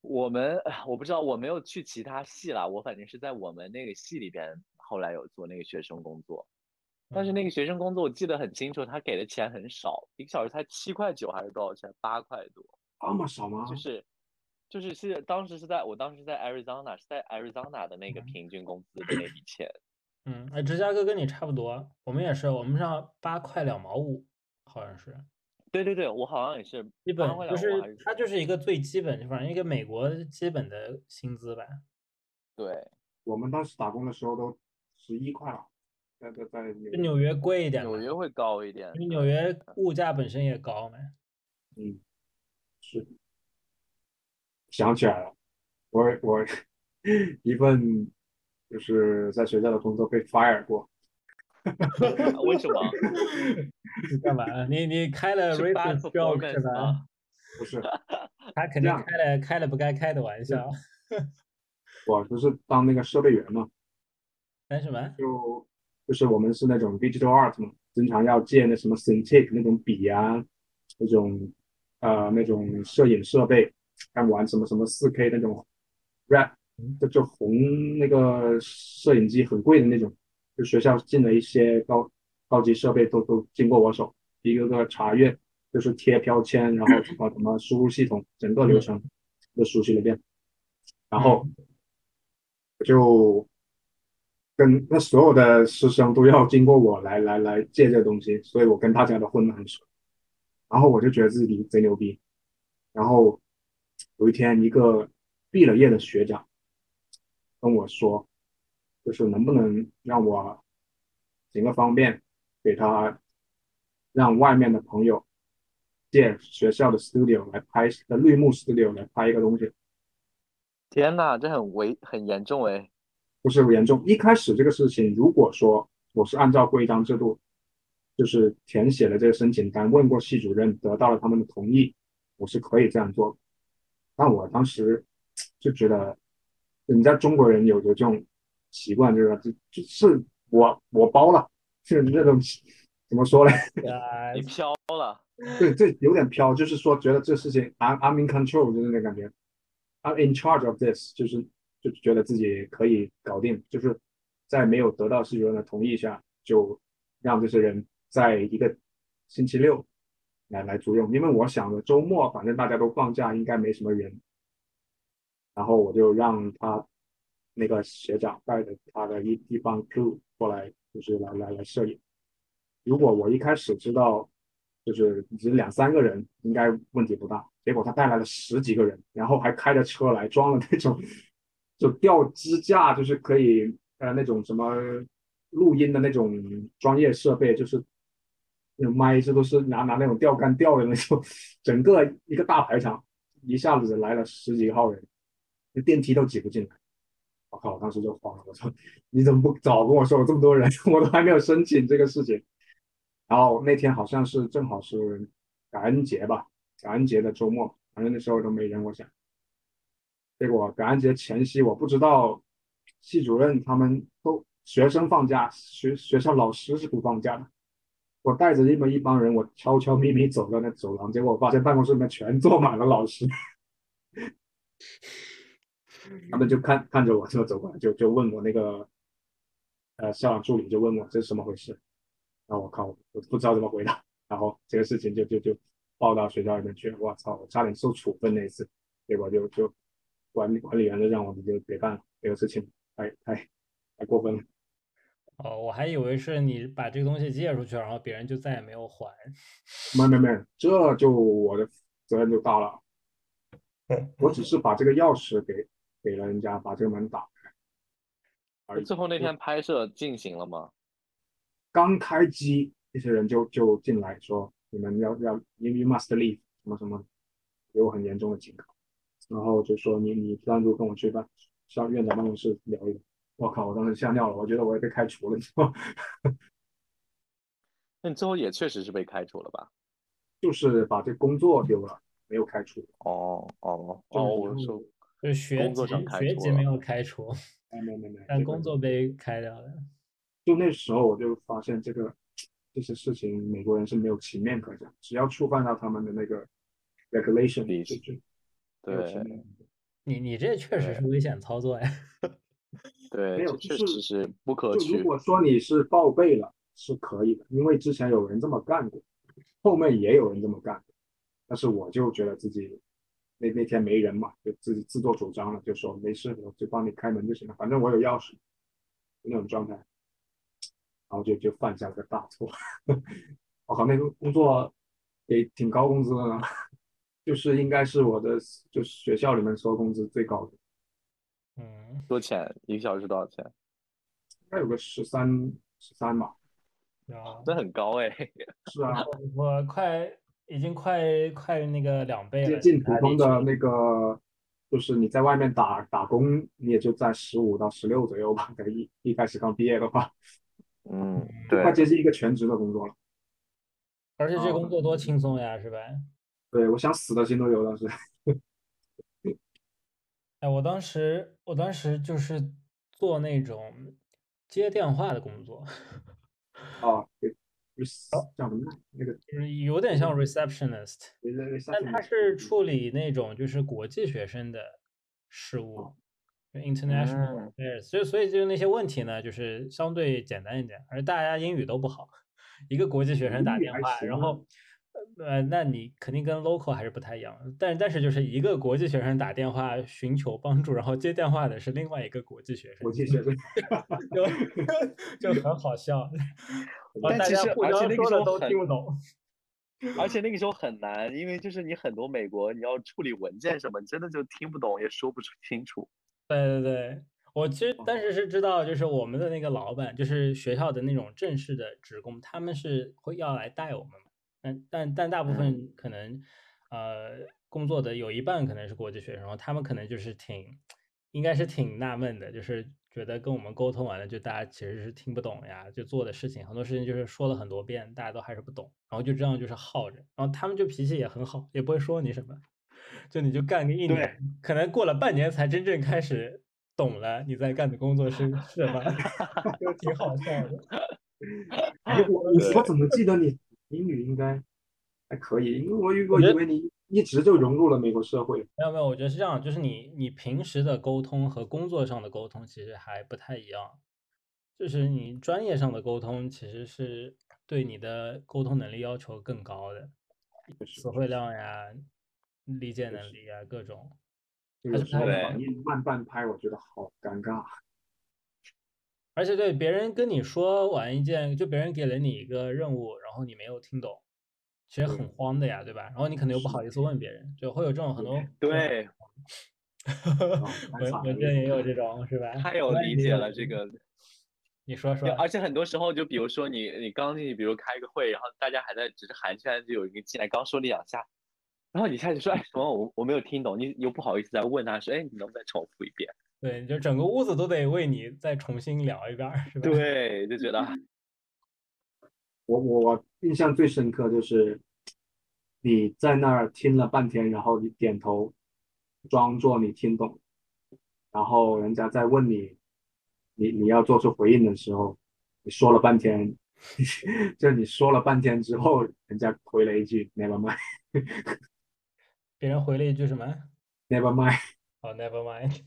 [SPEAKER 4] 我们我不知道，我没有去其他系啦，我反正是在我们那个系里边，后来有做那个学生工作。但是
[SPEAKER 1] 嗯
[SPEAKER 4] 那个学生工作我记得很清楚，他给的钱很少，一个小时才七块九还是多少钱？八块多，
[SPEAKER 3] 那么少吗？
[SPEAKER 4] 就是就是是当时是在我当时在 Arizona 是在 Arizona 的那个
[SPEAKER 1] 嗯
[SPEAKER 4] 平均工资的那笔钱，
[SPEAKER 1] 嗯，哎，芝加哥跟你差不多，我们也是，我们上八块两毛五，好像是，
[SPEAKER 4] 对对对，我好像也是
[SPEAKER 1] 基本
[SPEAKER 4] 八块
[SPEAKER 1] 就
[SPEAKER 4] 两毛还
[SPEAKER 1] 是
[SPEAKER 4] 是
[SPEAKER 1] 它就是一个最基本，反正一个美国基本的薪资吧。
[SPEAKER 4] 对
[SPEAKER 3] 我们当时打工的时候都十一块了，在在在
[SPEAKER 1] 就
[SPEAKER 3] 纽约，
[SPEAKER 1] 纽约贵一点嘛，
[SPEAKER 4] 纽约会高一点
[SPEAKER 1] 因，为纽约物价本身也高嘛。
[SPEAKER 3] 嗯，是。想起来了，我我 一份就是在学校的工作被 fire 过，
[SPEAKER 4] 啊 为什么？
[SPEAKER 1] 你干嘛？啊你你开了
[SPEAKER 4] 是 bad
[SPEAKER 1] racist joke 是
[SPEAKER 4] performance
[SPEAKER 1] 吧
[SPEAKER 4] 吗？
[SPEAKER 3] 不是。
[SPEAKER 1] 他肯定
[SPEAKER 3] 这样
[SPEAKER 1] 开了开了不该开的玩笑。
[SPEAKER 3] 我不是当那个设备员嘛，
[SPEAKER 1] 但什么？
[SPEAKER 3] 就就是我们是那种 digital art 嘛，经常要借那什么 Cintiq 那种笔啊，那种呃那种摄影设备，像玩什么什么 4K 那种 rap，就就红那个摄影机很贵的那种，就学校进了一些高高级设备都都经过我手，一个个查阅，就是贴标签，然后什么什么输入系统，整个流程都熟悉了一遍，然后。就跟那所有的师生都要经过我来来来借这东西，所以我跟大家都混得很熟。然后我就觉得自己贼牛逼。然后有一天，一个毕了业的学长跟我说，就是能不能让我几个方便给他让外面的朋友借学校的 studio 来拍的绿幕 studio 来拍一个东西，
[SPEAKER 4] 天呐，这很危很严重哎。
[SPEAKER 3] 不是严重。一开始这个事情，如果说我是按照规章制度，就是填写了这个申请单，问过系主任，得到了他们的同意，我是可以这样做。但我当时就觉得，人家中国人有有这种习惯，就是就就是我我包了，就是那种怎么说呢？
[SPEAKER 1] 啊，
[SPEAKER 4] 你飘了，
[SPEAKER 3] 对，这有点飘，就是说觉得这事情 I'm I'm in control 就是那感觉，I'm in charge of this，就是就觉得自己可以搞定，就是在没有得到系主任的同意下，就让这些人在一个星期六来来租用，因为我想着周末反正大家都放假，应该没什么人，然后我就让他那个学长带着他的一一帮 crew 过来，就是来来来摄影。如果我一开始知道，就是只两三个人，应该问题不大。结果他带来了十几个人，然后还开着车来，装了那种就吊支架，就是可以呃那种什么录音的那种专业设备，就是那种麦，这都是拿拿那种钓竿钓的那种，整个一个大排场，一下子来了十几号人，那电梯都挤不进来。我靠！我当时就慌了，我说你怎么不早跟我说有这么多人， 我都还没有申请这个事情。然后那天好像是正好是感恩节吧，感恩节的周末，反正那时候都没人，我想。结果感恩节前夕，我不知道系主任他们都学生放假，学学校老师是不放假的。我带着这么一帮人，我悄悄咪咪走到那走廊，结果我发现办公室里面全坐满了老师。他们就看看着我这么走过来，就就问我那个呃校长助理就问我这是怎么回事，然后我靠，我不知道怎么回答，然后这个事情就就就报到学校里面去，我操，我差点受处分那一次，结果就就管理管理员就让我们就别干了，这个事情太太太过分了。
[SPEAKER 1] 哦，我还以为是你把这个东西借出去，然后别人就再也没有还。
[SPEAKER 3] 没没没，这就我的责任就大了。我只是把这个钥匙给给了人家，把这个门打开而已。
[SPEAKER 4] 最后那天拍摄进行了吗？
[SPEAKER 3] 刚开机，那些人就就进来说：“你们要要，you you must leave，什么什么，有很严重的警告。”然后就说：“你你单独跟我去办上院长办公室聊一聊。”我靠！我当时吓尿了，我觉得我要被开除了， 你知道吗？
[SPEAKER 4] 那你最后也确实是被开除了吧？
[SPEAKER 3] 就是把这工作丢了，没有开除。
[SPEAKER 4] 哦哦
[SPEAKER 1] 就
[SPEAKER 4] 哦，
[SPEAKER 1] 是
[SPEAKER 4] 我
[SPEAKER 1] 就
[SPEAKER 4] 说
[SPEAKER 1] 就是学
[SPEAKER 4] 工作
[SPEAKER 1] 籍
[SPEAKER 4] 上开
[SPEAKER 1] 学
[SPEAKER 4] 除
[SPEAKER 1] 籍没
[SPEAKER 4] 了
[SPEAKER 1] 有开除，
[SPEAKER 3] 哎，没没没，
[SPEAKER 1] 但
[SPEAKER 3] 这
[SPEAKER 1] 工
[SPEAKER 3] 个
[SPEAKER 1] 作被开掉了。
[SPEAKER 3] 就那时候我就发现这个这些事情，美国人是没有情面可讲，只要触犯到他们的那个 regulation，
[SPEAKER 4] 理
[SPEAKER 3] 就就没有情
[SPEAKER 4] 对
[SPEAKER 3] 面可讲。
[SPEAKER 1] 你你这确实是危险操作呀！
[SPEAKER 4] 对，
[SPEAKER 3] 没有
[SPEAKER 4] 这
[SPEAKER 3] 就是
[SPEAKER 4] 确实是不可
[SPEAKER 3] 就如
[SPEAKER 4] 取。
[SPEAKER 3] 果说你是报备了，是可以的，因为之前有人这么干过，后面也有人这么干过，但是我就觉得自己那那天没人嘛，就自己自作主张了，就说没事，我就帮你开门就行了，反正我有钥匙，那种状态，然后就就犯下了个大错。 我靠，那个工作也挺高工资的呢， 就是应该是我的就是学校里面收工资最高的，
[SPEAKER 1] 嗯，
[SPEAKER 4] 多少钱？一个小时多少钱？
[SPEAKER 3] 应该有个十三十三吧。
[SPEAKER 1] 然后
[SPEAKER 4] 那很高哎。
[SPEAKER 3] 是啊，
[SPEAKER 1] 我快已经快快那个两倍
[SPEAKER 3] 接
[SPEAKER 1] 了，
[SPEAKER 3] 近
[SPEAKER 1] 其
[SPEAKER 3] 普
[SPEAKER 1] 他
[SPEAKER 3] 通
[SPEAKER 1] 地
[SPEAKER 3] 的
[SPEAKER 1] 区
[SPEAKER 3] 那个，就是你在外面打打工，你也就在十五到十六左右吧。等一一开始刚毕业的话，
[SPEAKER 4] 嗯，对
[SPEAKER 3] 快接近一个全职的工作了。
[SPEAKER 1] 而且这
[SPEAKER 3] 啊
[SPEAKER 4] 嗯
[SPEAKER 1] 工作多轻松呀，是吧？
[SPEAKER 3] 对，我想死的心都有，当时。
[SPEAKER 1] 哎，我当时我当时就是做那种接电话的工作，
[SPEAKER 3] 啊，对，就是叫什么呢？那个
[SPEAKER 1] 就是有点
[SPEAKER 4] 嗯
[SPEAKER 1] 像 receptionist，
[SPEAKER 3] 那个那个
[SPEAKER 1] 但它是处理那种就是国际学生的事务就，international
[SPEAKER 4] 嗯
[SPEAKER 1] affairs，就所以就是那些问题呢，就是相对简单一点，而大家英语都不好，一个国际学生打
[SPEAKER 3] 英语
[SPEAKER 1] 电
[SPEAKER 3] 还
[SPEAKER 1] 话，
[SPEAKER 3] 行
[SPEAKER 1] 然
[SPEAKER 3] 啊
[SPEAKER 1] 后呃，那你肯定跟 local 还是不太一样，但但是就是一个国际学生打电话寻求帮助，然后接电话的是另外一个国际学生，
[SPEAKER 3] 国际 学生，
[SPEAKER 1] 就 就很好笑，然后
[SPEAKER 4] 但
[SPEAKER 1] 大
[SPEAKER 4] 其
[SPEAKER 1] 家
[SPEAKER 4] 实
[SPEAKER 1] 互
[SPEAKER 4] 而且
[SPEAKER 1] 相
[SPEAKER 4] 那个
[SPEAKER 1] 说
[SPEAKER 4] 时
[SPEAKER 1] 的
[SPEAKER 4] 候
[SPEAKER 1] 都
[SPEAKER 4] 很
[SPEAKER 1] 听不懂。
[SPEAKER 4] 而且那个时候很难，因为就是你很多美国你要处理文件什么，你真的就听不懂，也说不出清楚。
[SPEAKER 1] 对对对，我其实但是是知道，就是我们的那个老板，就是学校的那种正式的职工，他们是会要来带我们嘛，但但但大部分可能，呃，工作的有一半可能是国际学生，然后他们可能就是挺，应该是挺纳闷的，就是觉得跟我们沟通完了，就大家其实是听不懂呀，就做的事情很多事情就是说了很多遍，大家都还是不懂，然后就这样就是耗着，然后他们就脾气也很好，也不会说你什么，就你就干个一
[SPEAKER 3] 对
[SPEAKER 1] 年，可能过了半年才真正开始懂了你在干的工作是是什么， 就挺好笑的。
[SPEAKER 3] 哎，我我怎么记得你英语应该还可以？因为我以我
[SPEAKER 1] 我觉
[SPEAKER 3] 以
[SPEAKER 1] 得
[SPEAKER 3] 为你一直就融入了美国社会。
[SPEAKER 1] 没有没有，我觉得是这样，就是你你平时的沟通和工作上的沟通其实还不太一样，就是你专业上的沟通其实是对你的沟通能力要求更高的，词汇量呀、理解能力呀各种。
[SPEAKER 3] 有时候
[SPEAKER 4] 对
[SPEAKER 3] 反应慢半拍，我觉得好尴尬。啊
[SPEAKER 1] 而且对别人跟你说完一件，就别人给了你一个任务，然后你没有听懂，其实很慌的呀，对吧？然后你可能又不
[SPEAKER 3] 是
[SPEAKER 1] 好意思问别人，就会有这种很多。
[SPEAKER 4] 对， 哦
[SPEAKER 1] 我
[SPEAKER 3] 蛮傻
[SPEAKER 1] 我
[SPEAKER 3] 的
[SPEAKER 1] 这也有这种是吧？
[SPEAKER 4] 太有
[SPEAKER 1] 我也
[SPEAKER 4] 理
[SPEAKER 1] 没
[SPEAKER 4] 解
[SPEAKER 1] 有
[SPEAKER 4] 了
[SPEAKER 1] 这
[SPEAKER 4] 这
[SPEAKER 1] 种，
[SPEAKER 4] 个。
[SPEAKER 1] 你说
[SPEAKER 4] 对
[SPEAKER 1] 说，
[SPEAKER 4] 而且很多时候，就比如说你你刚进去，比如开个会，然后大家还在只是寒暄，就有一个进来刚说了两下，然后你开始说哎什么我我没有听懂，你又不好意思再问他说哎你能不能重复一遍？
[SPEAKER 1] 对，就整个屋子都得为你再重新聊一遍儿，是吧？
[SPEAKER 4] 对，嗯就觉得
[SPEAKER 3] 我我我印象最深刻就是你在那儿听了半天，然后你点头，装作你听懂，然后人家在问你，你你要做出回应的时候，你说了半天， 就你说了半天之后，人家回了一句 “never mind”。
[SPEAKER 1] 别人回了一句什么？
[SPEAKER 3] Never mind，
[SPEAKER 1] 哦、n e v e r mind，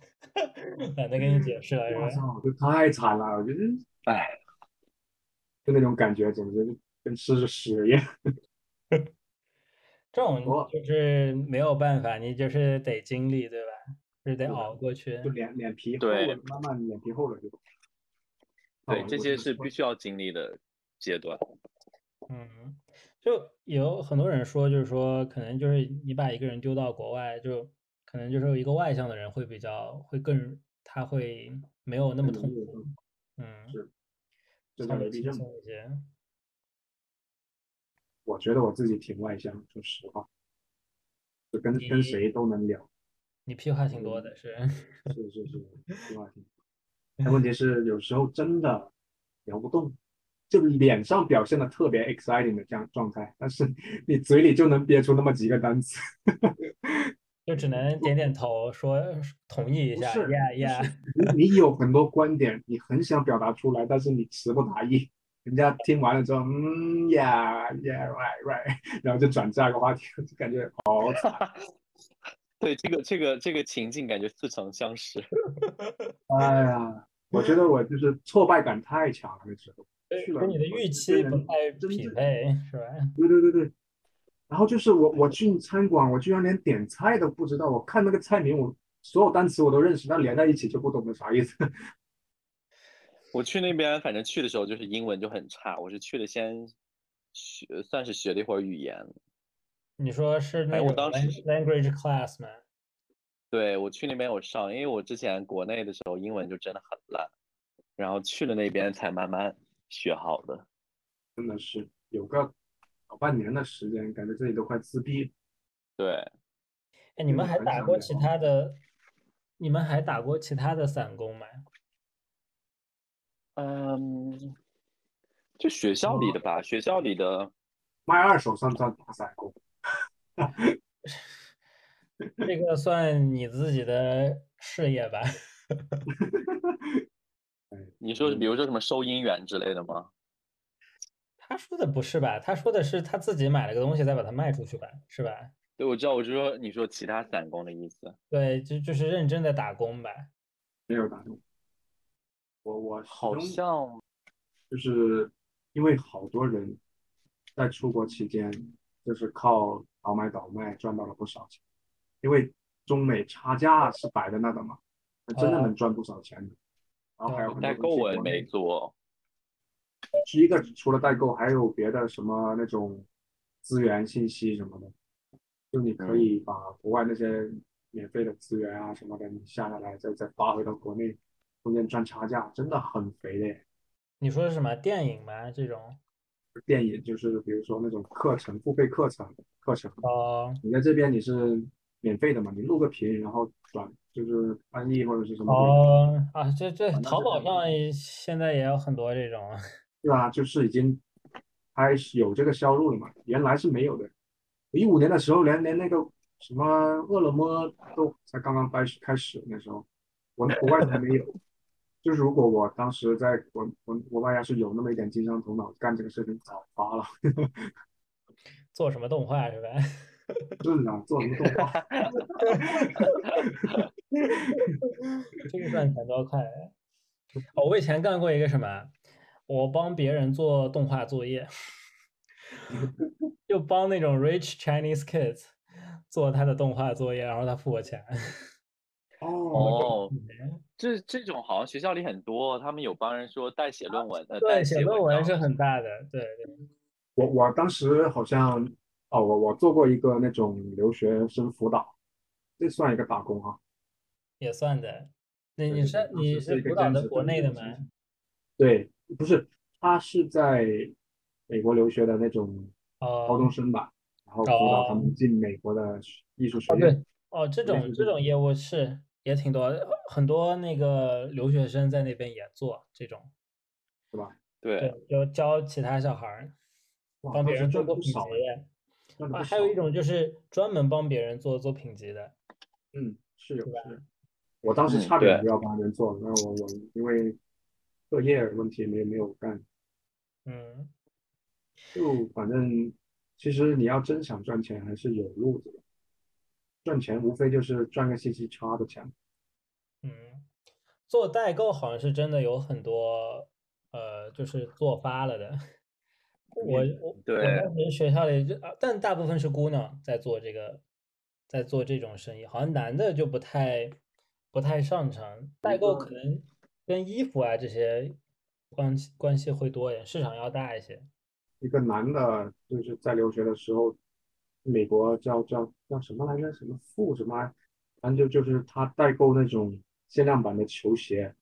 [SPEAKER 1] 懒得跟你解释了，
[SPEAKER 3] 我
[SPEAKER 1] 是吧？
[SPEAKER 3] 操，这太惨了，我觉得，
[SPEAKER 4] 哎，
[SPEAKER 3] 就那种感觉，简直就跟吃了屎一样。
[SPEAKER 1] 这种
[SPEAKER 3] 我
[SPEAKER 1] 就是没有办法，你就是得经历，对吧？就是得
[SPEAKER 3] 是的
[SPEAKER 1] 熬过去。
[SPEAKER 3] 就脸脸皮厚
[SPEAKER 4] 对
[SPEAKER 3] 了，慢慢脸皮厚了就。
[SPEAKER 4] 对
[SPEAKER 3] 哦，我
[SPEAKER 4] 这些
[SPEAKER 3] 就是说
[SPEAKER 4] 必须要经历的阶段。
[SPEAKER 1] 嗯，就有很多人说，就是说，可能就是你把一个人丢到国外，就可能就是一个外向的人会比较会更，他会没有那么
[SPEAKER 3] 更
[SPEAKER 1] 痛
[SPEAKER 3] 容易
[SPEAKER 1] 苦，嗯，
[SPEAKER 3] 是这
[SPEAKER 1] 相对
[SPEAKER 3] 叫回避
[SPEAKER 1] 轻
[SPEAKER 3] 症
[SPEAKER 1] 松一些。
[SPEAKER 3] 我觉得我自己挺外向，说实话，就跟
[SPEAKER 1] 你
[SPEAKER 3] 跟谁都能聊，
[SPEAKER 1] 你屁话挺多
[SPEAKER 3] 嗯
[SPEAKER 1] 的，是。
[SPEAKER 3] 是是是，对吧？但问题是有时候真的聊不动，就脸上表现的特别 exciting 的这样状态，但是你嘴里就能憋出那么几个单词。
[SPEAKER 1] 就只能点点头，说同意一
[SPEAKER 3] 嗯不
[SPEAKER 1] 下
[SPEAKER 3] 是
[SPEAKER 1] ，yeah
[SPEAKER 3] 不
[SPEAKER 1] yeah，
[SPEAKER 3] 你你有很多观点，你很想表达出来，但是你词不达意，人家听完了之后，嗯，yeah yeah right right，然后 就转下一个话题，就感觉好惨。
[SPEAKER 4] 对，这个这个这个情境感觉似曾相识。
[SPEAKER 3] 哎呀，我觉得我就是挫败感太强了，那时候去了
[SPEAKER 1] 跟你的
[SPEAKER 3] 美国
[SPEAKER 1] 预
[SPEAKER 3] 跟
[SPEAKER 1] 期
[SPEAKER 3] 人
[SPEAKER 1] 不太
[SPEAKER 3] 真
[SPEAKER 1] 匹
[SPEAKER 3] 正
[SPEAKER 1] 配，是吧？
[SPEAKER 3] 对对对对，然后就是我我去餐馆，我居然连点菜都不知道，我看那个菜名，我所有单词我都认识，但连在一起就不懂得啥意思。
[SPEAKER 4] 我去那边，反正去的时候就是英文就很差，我是去了先学，算是学了一会儿语言。
[SPEAKER 1] 你说是那
[SPEAKER 4] 哎我
[SPEAKER 1] 种
[SPEAKER 4] 当时
[SPEAKER 1] lang- language class 吗？
[SPEAKER 4] 对，我去那边有上，因为我之前国内的时候英文就真的很烂，然后去了那边才慢慢学好的。
[SPEAKER 3] 真的是有个小半年的时间，感觉自己都快自闭了。
[SPEAKER 4] 对，
[SPEAKER 1] 哎，你
[SPEAKER 3] 嗯
[SPEAKER 1] 们还
[SPEAKER 3] 很
[SPEAKER 1] 打
[SPEAKER 3] 想
[SPEAKER 1] 过
[SPEAKER 3] 聊
[SPEAKER 1] 其他的，你们还打过其他的散工吗？
[SPEAKER 4] 嗯，就学校里的吧，学校里的，
[SPEAKER 3] 卖二手算不算打散工？
[SPEAKER 1] 这个算你自己的事业吧？
[SPEAKER 4] 你说是比如说什么收银员之类的吗？
[SPEAKER 1] 他说的不是吧？他说的是他自己买了个东西再把它卖出去吧，是吧？
[SPEAKER 4] 对，我知道，我就说你说其他散工的意思。
[SPEAKER 1] 对，就就是认真的打工吧。
[SPEAKER 3] 没有打动我，我始
[SPEAKER 4] 好
[SPEAKER 3] 终
[SPEAKER 4] 像
[SPEAKER 3] 就是因为好多人在出国期间，就是靠倒买倒卖赚到了不少钱，因为中美差价是摆在那的嘛，真的
[SPEAKER 1] 啊
[SPEAKER 3] 能赚不少钱的。然后还有很多
[SPEAKER 4] 哦代
[SPEAKER 3] 东
[SPEAKER 4] 购
[SPEAKER 3] 西
[SPEAKER 4] 我也
[SPEAKER 3] 国
[SPEAKER 4] 没
[SPEAKER 3] 内
[SPEAKER 4] 做，
[SPEAKER 3] 是一个除了代购，还有别的什么那种资源信息什么的，就你可以把国外那些免费的资源啊什么的，你下下来再再发回到国内，中间赚差价，真的很肥的耶。
[SPEAKER 1] 你说是什么电影吗？这种
[SPEAKER 3] 电影，就是比如说那种课程、付费课程、课程。
[SPEAKER 1] 哦
[SPEAKER 3] 你在这边你是免费的嘛？你录个屏，然后转就是翻译或者是什么鬼，
[SPEAKER 1] 哦啊，这这
[SPEAKER 5] 那
[SPEAKER 1] 淘
[SPEAKER 5] 这
[SPEAKER 1] 宝
[SPEAKER 5] 个
[SPEAKER 1] 上现在也有很多这种啊。
[SPEAKER 3] 对啊，就是已经开始有这个销路了嘛，原来是没有的。一五年的时候连，连那个什么饿了么都才刚刚开始开始，那时候我国外还没有。就是如果我当时在国国国外要是有那么一点经商头脑，干这个事情早发了。
[SPEAKER 1] 做什么动画是吧？
[SPEAKER 3] 是啊，做什么动画？
[SPEAKER 1] 这个赚钱多快啊！哦我以前干过一个什么，我帮别人做动画作业， 就帮那种 rich Chinese kids 做他的动画作业，然后他付我钱。
[SPEAKER 3] 哦，
[SPEAKER 4] 哦，这这种好像学校里很多，他们有帮人说代写论文，呃，代
[SPEAKER 1] 对，写
[SPEAKER 4] 写
[SPEAKER 1] 论文
[SPEAKER 4] 章
[SPEAKER 1] 是很大的，对对。
[SPEAKER 3] 我我当时好像哦，我我做过一个那种留学生辅导，这算一个打工啊。
[SPEAKER 1] 也算的。你
[SPEAKER 3] 对
[SPEAKER 1] 你
[SPEAKER 3] 对
[SPEAKER 1] 是
[SPEAKER 3] 对当
[SPEAKER 1] 你
[SPEAKER 3] 时
[SPEAKER 1] 是
[SPEAKER 3] 一个
[SPEAKER 1] 辅导
[SPEAKER 3] 兼
[SPEAKER 1] 的
[SPEAKER 3] 职
[SPEAKER 1] 国
[SPEAKER 3] 当
[SPEAKER 1] 内
[SPEAKER 3] 时
[SPEAKER 1] 的
[SPEAKER 3] 是
[SPEAKER 1] 吗？
[SPEAKER 3] 对，不是，他是在美国留学的那种高
[SPEAKER 1] 哦
[SPEAKER 3] 中生吧，然后辅导他们进美国的艺术学
[SPEAKER 1] 哦
[SPEAKER 3] 院。
[SPEAKER 1] 对哦，这
[SPEAKER 3] 类
[SPEAKER 1] 种
[SPEAKER 3] 似
[SPEAKER 1] 这
[SPEAKER 3] 这
[SPEAKER 1] 种
[SPEAKER 3] 种
[SPEAKER 1] 业务是也挺多的，很多那个留学生在那边也做这种，
[SPEAKER 4] 对，
[SPEAKER 1] 对，就教其他小孩儿
[SPEAKER 3] 哇，
[SPEAKER 1] 帮别
[SPEAKER 3] 当时
[SPEAKER 1] 人做
[SPEAKER 3] 赚的
[SPEAKER 1] 做
[SPEAKER 3] 不
[SPEAKER 1] 评级
[SPEAKER 3] 少哎，赚的
[SPEAKER 1] 啊，
[SPEAKER 3] 不
[SPEAKER 1] 还有一
[SPEAKER 3] 少。
[SPEAKER 1] 种就是专门帮别人做做评级的，
[SPEAKER 3] 嗯，是有
[SPEAKER 1] 对吧
[SPEAKER 3] 是有。我当时
[SPEAKER 4] 嗯
[SPEAKER 3] 差点
[SPEAKER 4] 对
[SPEAKER 3] 不要帮人做了，那我我因为课业问题没没有干。
[SPEAKER 1] 嗯，
[SPEAKER 3] 就反正，其实你要真想赚钱，还是有路子的。赚钱无非就是赚个信息差的钱。
[SPEAKER 1] 嗯，做代购好像是真的有很多，呃，就是做发了的。我我我
[SPEAKER 4] 对
[SPEAKER 1] 当时学校里就，啊但大部分是姑娘在做这个，在做这种生意，好像男的就不太不太擅长。代购可能跟衣服啊这些关系关系会多一点，市场要大一些。
[SPEAKER 3] 一个男的，就是在留学的时候，美国叫叫叫什么来着？什么富什么来？反正就就是他代购那种限量版的球鞋，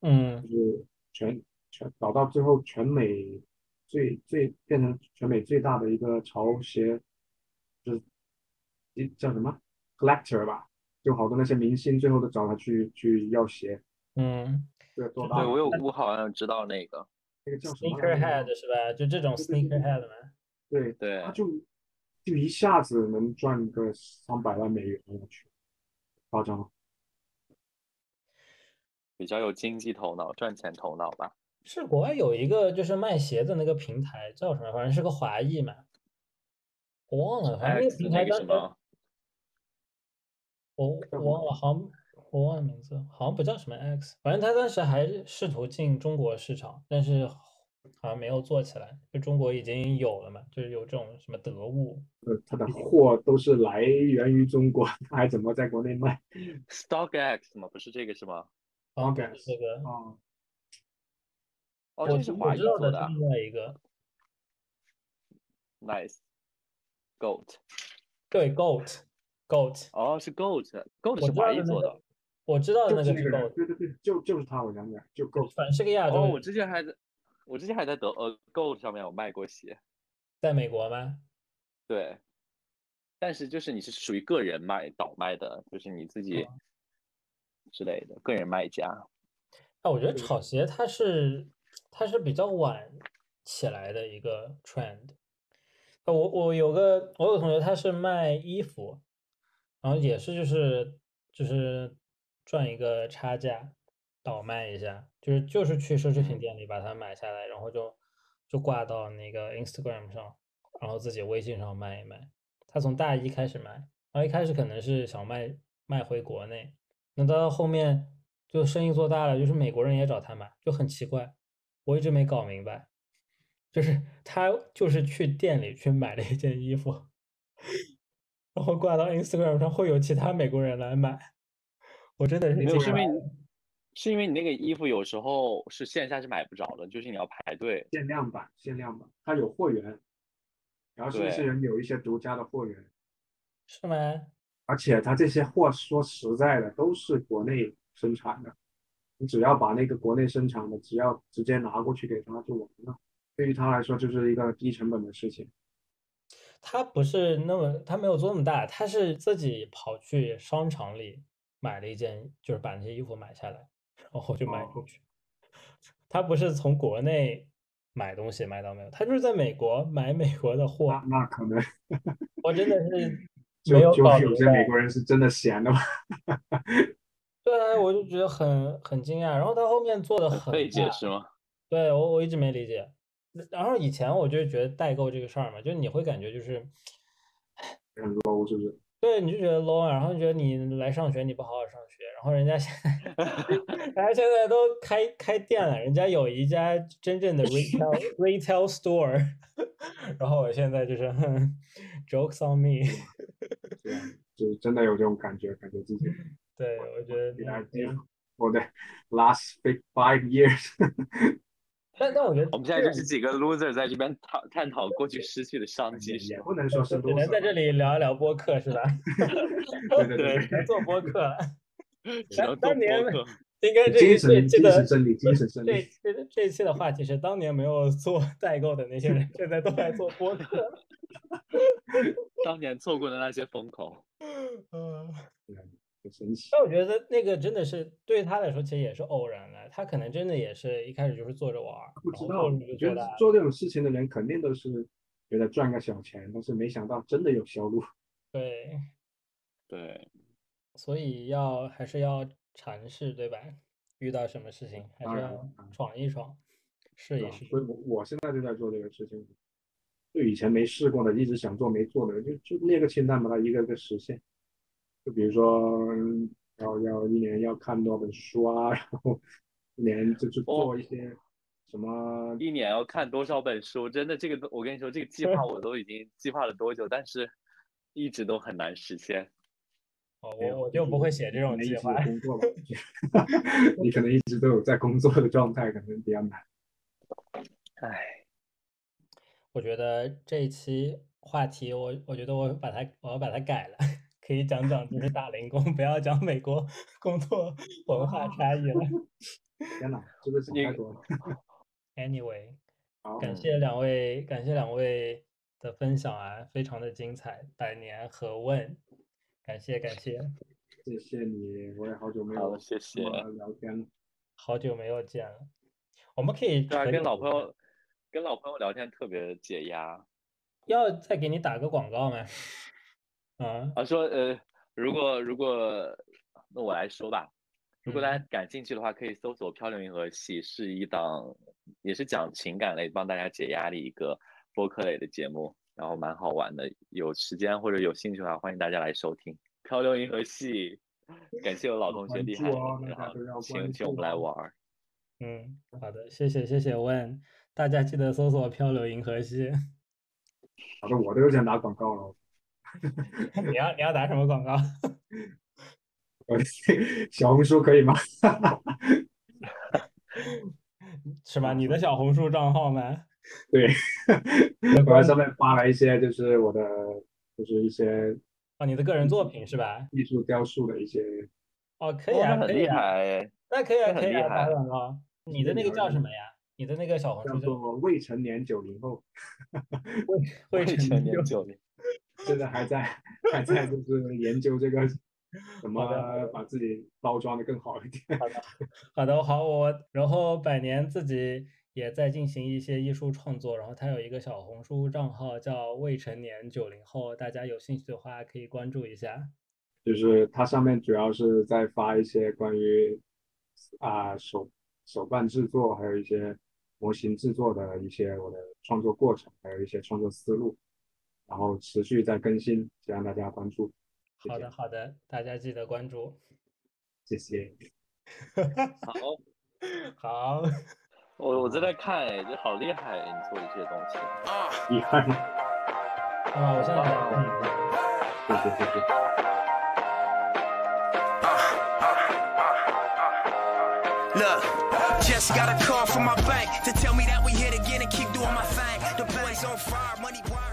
[SPEAKER 1] 嗯，
[SPEAKER 3] 就是全全搞到最后，全美最最变成全美最大的一个潮鞋，就是一叫什么 collector 吧，就好多那些明星最后都找他去去要鞋，
[SPEAKER 1] 嗯
[SPEAKER 3] 这个多大
[SPEAKER 4] 对
[SPEAKER 3] 了？
[SPEAKER 4] 我有我好像知道那个，
[SPEAKER 3] 那个叫什么来着
[SPEAKER 1] ，sneakerhead 是吧？就这种
[SPEAKER 3] 对对对对
[SPEAKER 1] sneakerhead 嘛。
[SPEAKER 3] 对，
[SPEAKER 4] 对
[SPEAKER 3] 他
[SPEAKER 1] 啊
[SPEAKER 3] 就就一下子能赚个上百万美元，我去，夸张了。
[SPEAKER 4] 比较有经济头脑、赚钱头脑吧。
[SPEAKER 1] 是国外有一个就是卖鞋的那个平台叫什么？反正是个华裔嘛，我忘了，反正那个
[SPEAKER 4] X
[SPEAKER 1] 平
[SPEAKER 4] 那
[SPEAKER 1] 台
[SPEAKER 4] 个
[SPEAKER 1] 当
[SPEAKER 4] 什
[SPEAKER 1] 时
[SPEAKER 4] 么，
[SPEAKER 1] 我
[SPEAKER 3] 叫
[SPEAKER 1] 我
[SPEAKER 3] 什么
[SPEAKER 1] 忘了，好像我忘了名字，好像不叫什么 X，反正他当时还是试图进中国市场，但是好像没有做起来。就中国已经有了嘛，就是有这种什么得物，
[SPEAKER 3] 呃，他的货都是来源于中国， 他还怎么在国内卖？
[SPEAKER 4] StockX 吗？不是这个是吗？
[SPEAKER 1] 好像不
[SPEAKER 3] OK
[SPEAKER 1] 是这个，
[SPEAKER 3] 啊，
[SPEAKER 4] 哦，
[SPEAKER 1] 我
[SPEAKER 4] 这
[SPEAKER 1] 知
[SPEAKER 4] 是
[SPEAKER 1] 我
[SPEAKER 4] 华裔
[SPEAKER 1] 知道
[SPEAKER 4] 做
[SPEAKER 1] 的
[SPEAKER 4] 的啊
[SPEAKER 1] 是另外一个，
[SPEAKER 4] ，Nice Goat。
[SPEAKER 1] 对，Goat Goat，
[SPEAKER 4] 哦，是 Goat，Goat
[SPEAKER 1] 我
[SPEAKER 4] 是
[SPEAKER 1] 知道
[SPEAKER 4] 华
[SPEAKER 1] 的
[SPEAKER 4] 裔
[SPEAKER 1] 那
[SPEAKER 4] 做
[SPEAKER 1] 个
[SPEAKER 4] 的。
[SPEAKER 1] 我知道的
[SPEAKER 3] 就
[SPEAKER 1] 那个是
[SPEAKER 3] 是那个人，
[SPEAKER 1] Goat，
[SPEAKER 3] 对对对，就就是他，我想起来，就够
[SPEAKER 1] 反正是个亚洲
[SPEAKER 4] 哦，
[SPEAKER 1] 人，
[SPEAKER 4] 我之前还在，我之前还在德呃 Goat 上面有卖过鞋，
[SPEAKER 1] 在美国吗？
[SPEAKER 4] 对。但是就是你是属于个人卖倒卖的，就是你自己
[SPEAKER 1] 嗯
[SPEAKER 4] 之类的个人卖家。
[SPEAKER 1] 啊，我觉得
[SPEAKER 3] 对
[SPEAKER 1] 炒鞋它是它是比较晚起来的一个 trend。呃我我有个我有个同学，他是卖衣服，然后也是就是就是赚一个差价，倒卖一下，就是就是去奢侈品店里把它买下来，然后就就挂到那个 Instagram 上，然后自己微信上卖一卖。他从大一开始卖，然后一开始可能是想卖卖回国内，那到后面就生意做大了，就是美国人也找他买，就很奇怪，我一直没搞明白，就是他就是去店里去买了一件衣服， 然后挂到 Instagram 上，会有其他美国人来买，我真的是
[SPEAKER 4] 没有，
[SPEAKER 1] 惊
[SPEAKER 4] 是因
[SPEAKER 1] 了
[SPEAKER 4] 为你是因为你那个衣服有时候是线下是买不着的，就是你要排队。
[SPEAKER 3] 限量版，限量版，他有货源，然后是不是
[SPEAKER 4] 对
[SPEAKER 3] 人有一些独家的货源？
[SPEAKER 1] 是吗？
[SPEAKER 3] 而且它这些货说实在的都是国内生产的，你只要把那个国内生产的，只要直接拿过去给他就完了。对于他来说就是一个低成本的事情。
[SPEAKER 1] 他不是那么，他没有做那么大，他是自己跑去商场里买了一件，就是把那些衣服买下来，然后就卖
[SPEAKER 3] 哦
[SPEAKER 1] 出去。他不是从国内买东西买到没有，他就是在美国买美国的货。
[SPEAKER 3] 那那可能
[SPEAKER 1] 我真的是
[SPEAKER 3] 啊就
[SPEAKER 1] 没有
[SPEAKER 3] 就
[SPEAKER 1] 保
[SPEAKER 3] 是有
[SPEAKER 1] 留
[SPEAKER 3] 些
[SPEAKER 1] 的
[SPEAKER 3] 美国人是真的闲的嘛，
[SPEAKER 1] 对啊，我就觉得很很惊讶。然后他后面做的很啊
[SPEAKER 4] 费解
[SPEAKER 1] 大
[SPEAKER 4] 是 吗？
[SPEAKER 1] 对，我我一直没理解。然后以前我就觉得代购这个事儿嘛，就是你会感觉就是，
[SPEAKER 3] 很 low 是不是？
[SPEAKER 1] 对，你就觉得 low 啊，然后你觉得你来上学你不好好上学，然后人家现在，人家现在都开开店了，人家有一家真正的 retail retail store，然后我现在就是 jokes on me，
[SPEAKER 3] 对啊，就是真的有这种感觉，感觉 自己
[SPEAKER 1] 对我觉得
[SPEAKER 3] 比
[SPEAKER 1] 那
[SPEAKER 3] 他
[SPEAKER 1] 个
[SPEAKER 3] 低。我的 last big five years，
[SPEAKER 1] 但但我觉得
[SPEAKER 4] 我们现在就
[SPEAKER 1] 这
[SPEAKER 4] 是几个 loser 在这边讨探讨过去失去的商机
[SPEAKER 1] 哎
[SPEAKER 3] 也
[SPEAKER 4] 是
[SPEAKER 3] 也
[SPEAKER 4] 吗？
[SPEAKER 3] 不能说是
[SPEAKER 1] 只
[SPEAKER 3] loser
[SPEAKER 1] 能在这
[SPEAKER 3] 吧，
[SPEAKER 1] 里聊一聊播客是 吧？
[SPEAKER 3] 对 对对
[SPEAKER 1] 能做播 客了。
[SPEAKER 4] 只能做
[SPEAKER 1] 当年
[SPEAKER 4] 播客。
[SPEAKER 1] 应该这
[SPEAKER 3] 精
[SPEAKER 1] 一
[SPEAKER 3] 神
[SPEAKER 1] 期这
[SPEAKER 3] 精
[SPEAKER 1] 个
[SPEAKER 3] 神胜利，精神胜
[SPEAKER 1] 这
[SPEAKER 3] 利。
[SPEAKER 1] 这这一期的话题是当年没有做 代购的那些人，现在都来做播客。
[SPEAKER 4] 当年错过的那些风口，
[SPEAKER 1] 嗯，
[SPEAKER 3] 很神奇。
[SPEAKER 1] 但我觉得那个真的是对他来说，其实也是偶然的。他可能真的也是一开始就是做着玩儿，
[SPEAKER 3] 不
[SPEAKER 1] 然后
[SPEAKER 3] 知道，
[SPEAKER 1] 做着就
[SPEAKER 3] 哦我觉
[SPEAKER 1] 做
[SPEAKER 3] 得
[SPEAKER 1] 大。
[SPEAKER 3] 做这种事情的人肯定都是觉得赚个小钱，但是没想到真的有销路。
[SPEAKER 1] 对，
[SPEAKER 4] 对，
[SPEAKER 1] 所以要还是要尝试，对吧？遇到什么事情还
[SPEAKER 3] 当
[SPEAKER 1] 是
[SPEAKER 3] 然
[SPEAKER 1] 要
[SPEAKER 3] 当然
[SPEAKER 1] 闯一闯，试
[SPEAKER 3] 对
[SPEAKER 1] 一
[SPEAKER 3] 吧？
[SPEAKER 1] 试。
[SPEAKER 3] 所以我我现在就在做这个事情，就以前没试过的，一直想做没做的，就就列个清单，把它一个个实现。就比如说，嗯要要一年要看多少本书啊，然后一年就去
[SPEAKER 1] 哦
[SPEAKER 3] 做一些什么，
[SPEAKER 4] 一年要看多少本书？真的，这个都我跟你说，这个计划我都已经计划了多久，但是一直都很难实现。
[SPEAKER 1] 哦，
[SPEAKER 3] 没有
[SPEAKER 1] 我我就不会写这
[SPEAKER 3] 可
[SPEAKER 1] 种
[SPEAKER 3] 能
[SPEAKER 1] 计
[SPEAKER 3] 一直有
[SPEAKER 1] 划。
[SPEAKER 3] 工作吧。 你可能一直都有在工作的状态，可能比较难。
[SPEAKER 4] 唉，
[SPEAKER 1] 我觉得这一期话题我，我觉得我把它我要把它改了， 可以讲讲就是打零工，不要讲美国工作文化差 异了。
[SPEAKER 3] 天哪，这个想
[SPEAKER 4] 你
[SPEAKER 3] 太多了。
[SPEAKER 1] Anyway，
[SPEAKER 3] 好，
[SPEAKER 4] 嗯
[SPEAKER 1] 感谢两位，感谢两位的分享啊，非常的精彩。百年何问，感谢感 谢，
[SPEAKER 3] 谢谢你，我也好久没
[SPEAKER 4] 嗯好
[SPEAKER 3] 有
[SPEAKER 4] 谢谢
[SPEAKER 3] 这么聊天了。
[SPEAKER 1] 好久没有见了，我们可以
[SPEAKER 4] 对啊，
[SPEAKER 1] 可以
[SPEAKER 4] 跟老朋友跟老朋友聊天特别解压。
[SPEAKER 1] 要再给你打个广告吗？啊，
[SPEAKER 4] 啊，说呃，如果如果那我来说吧，如果大家感兴趣的话，可以搜索《漂流银河系》，是一档也是讲情感类，帮大家解压的一个播客类的节目，然后蛮好玩的。有时间或者有兴趣的话，欢迎大家来收听《漂流银河系》。感谢我老同学
[SPEAKER 3] 关
[SPEAKER 4] 厉
[SPEAKER 3] 注
[SPEAKER 4] 害，
[SPEAKER 3] 哦大
[SPEAKER 4] 然
[SPEAKER 3] 家
[SPEAKER 4] 后
[SPEAKER 3] 都要关
[SPEAKER 4] 请请我
[SPEAKER 3] 注
[SPEAKER 4] 们来
[SPEAKER 3] 哦
[SPEAKER 4] 玩儿。
[SPEAKER 1] 嗯，好的，谢谢谢谢问，大家记得搜索“漂流银河系”。
[SPEAKER 3] 搞得我都有点打广告了，
[SPEAKER 1] 你要你要打什么广告？
[SPEAKER 3] 我小红书可以吗？
[SPEAKER 1] 是吧？你的小红书账号吗？
[SPEAKER 3] 对，我在
[SPEAKER 1] 关
[SPEAKER 3] 上面发了一些，就是我的，就是一些
[SPEAKER 1] 哦，你的个人作品是吧？
[SPEAKER 3] 艺术雕塑的一些，
[SPEAKER 1] 哦，可以
[SPEAKER 4] 哇
[SPEAKER 1] 啊，
[SPEAKER 4] 那很
[SPEAKER 1] 可
[SPEAKER 4] 厉
[SPEAKER 1] 以啊，
[SPEAKER 4] 害哎，
[SPEAKER 1] 那可以啊，
[SPEAKER 4] 那很
[SPEAKER 1] 可以
[SPEAKER 4] 厉
[SPEAKER 1] 啊，打
[SPEAKER 4] 害
[SPEAKER 1] 广告。你的那个叫什么呀？你的那个小红
[SPEAKER 3] 叫
[SPEAKER 1] 书叫
[SPEAKER 3] 做未成年九零后，
[SPEAKER 1] 会
[SPEAKER 4] 未
[SPEAKER 1] 成
[SPEAKER 4] 成
[SPEAKER 1] 就
[SPEAKER 4] 年九零，
[SPEAKER 3] 现在还在还在就是研究这个怎
[SPEAKER 1] 好的好
[SPEAKER 3] 么把自己包装的更好一点。
[SPEAKER 1] 好的，好，我然后百年自己也在进行一些艺术创作，然后他有一个小红书账号叫未成年九零后，大家有兴趣的话可以关注一下。
[SPEAKER 3] 就是它上面主要是在发一些关于啊、手手办制作，还有一些模型制作的一些我的创作过程，还有一些创作思路，然后持续在更新，请让大家关注，谢
[SPEAKER 1] 好
[SPEAKER 3] 谢
[SPEAKER 1] 的，好的，大家记得关 注。
[SPEAKER 3] 谢谢。
[SPEAKER 4] 好，
[SPEAKER 1] 好，
[SPEAKER 4] 我我正在看哎，这好厉害哎，你做的这些东西。
[SPEAKER 3] 厉害，
[SPEAKER 1] 啊，我现在来看一下。
[SPEAKER 3] 谢谢谢谢。
[SPEAKER 2] Look, just got a call from my bank to tell me that we hit again and keep doing my thing. The boys on fire, money wire.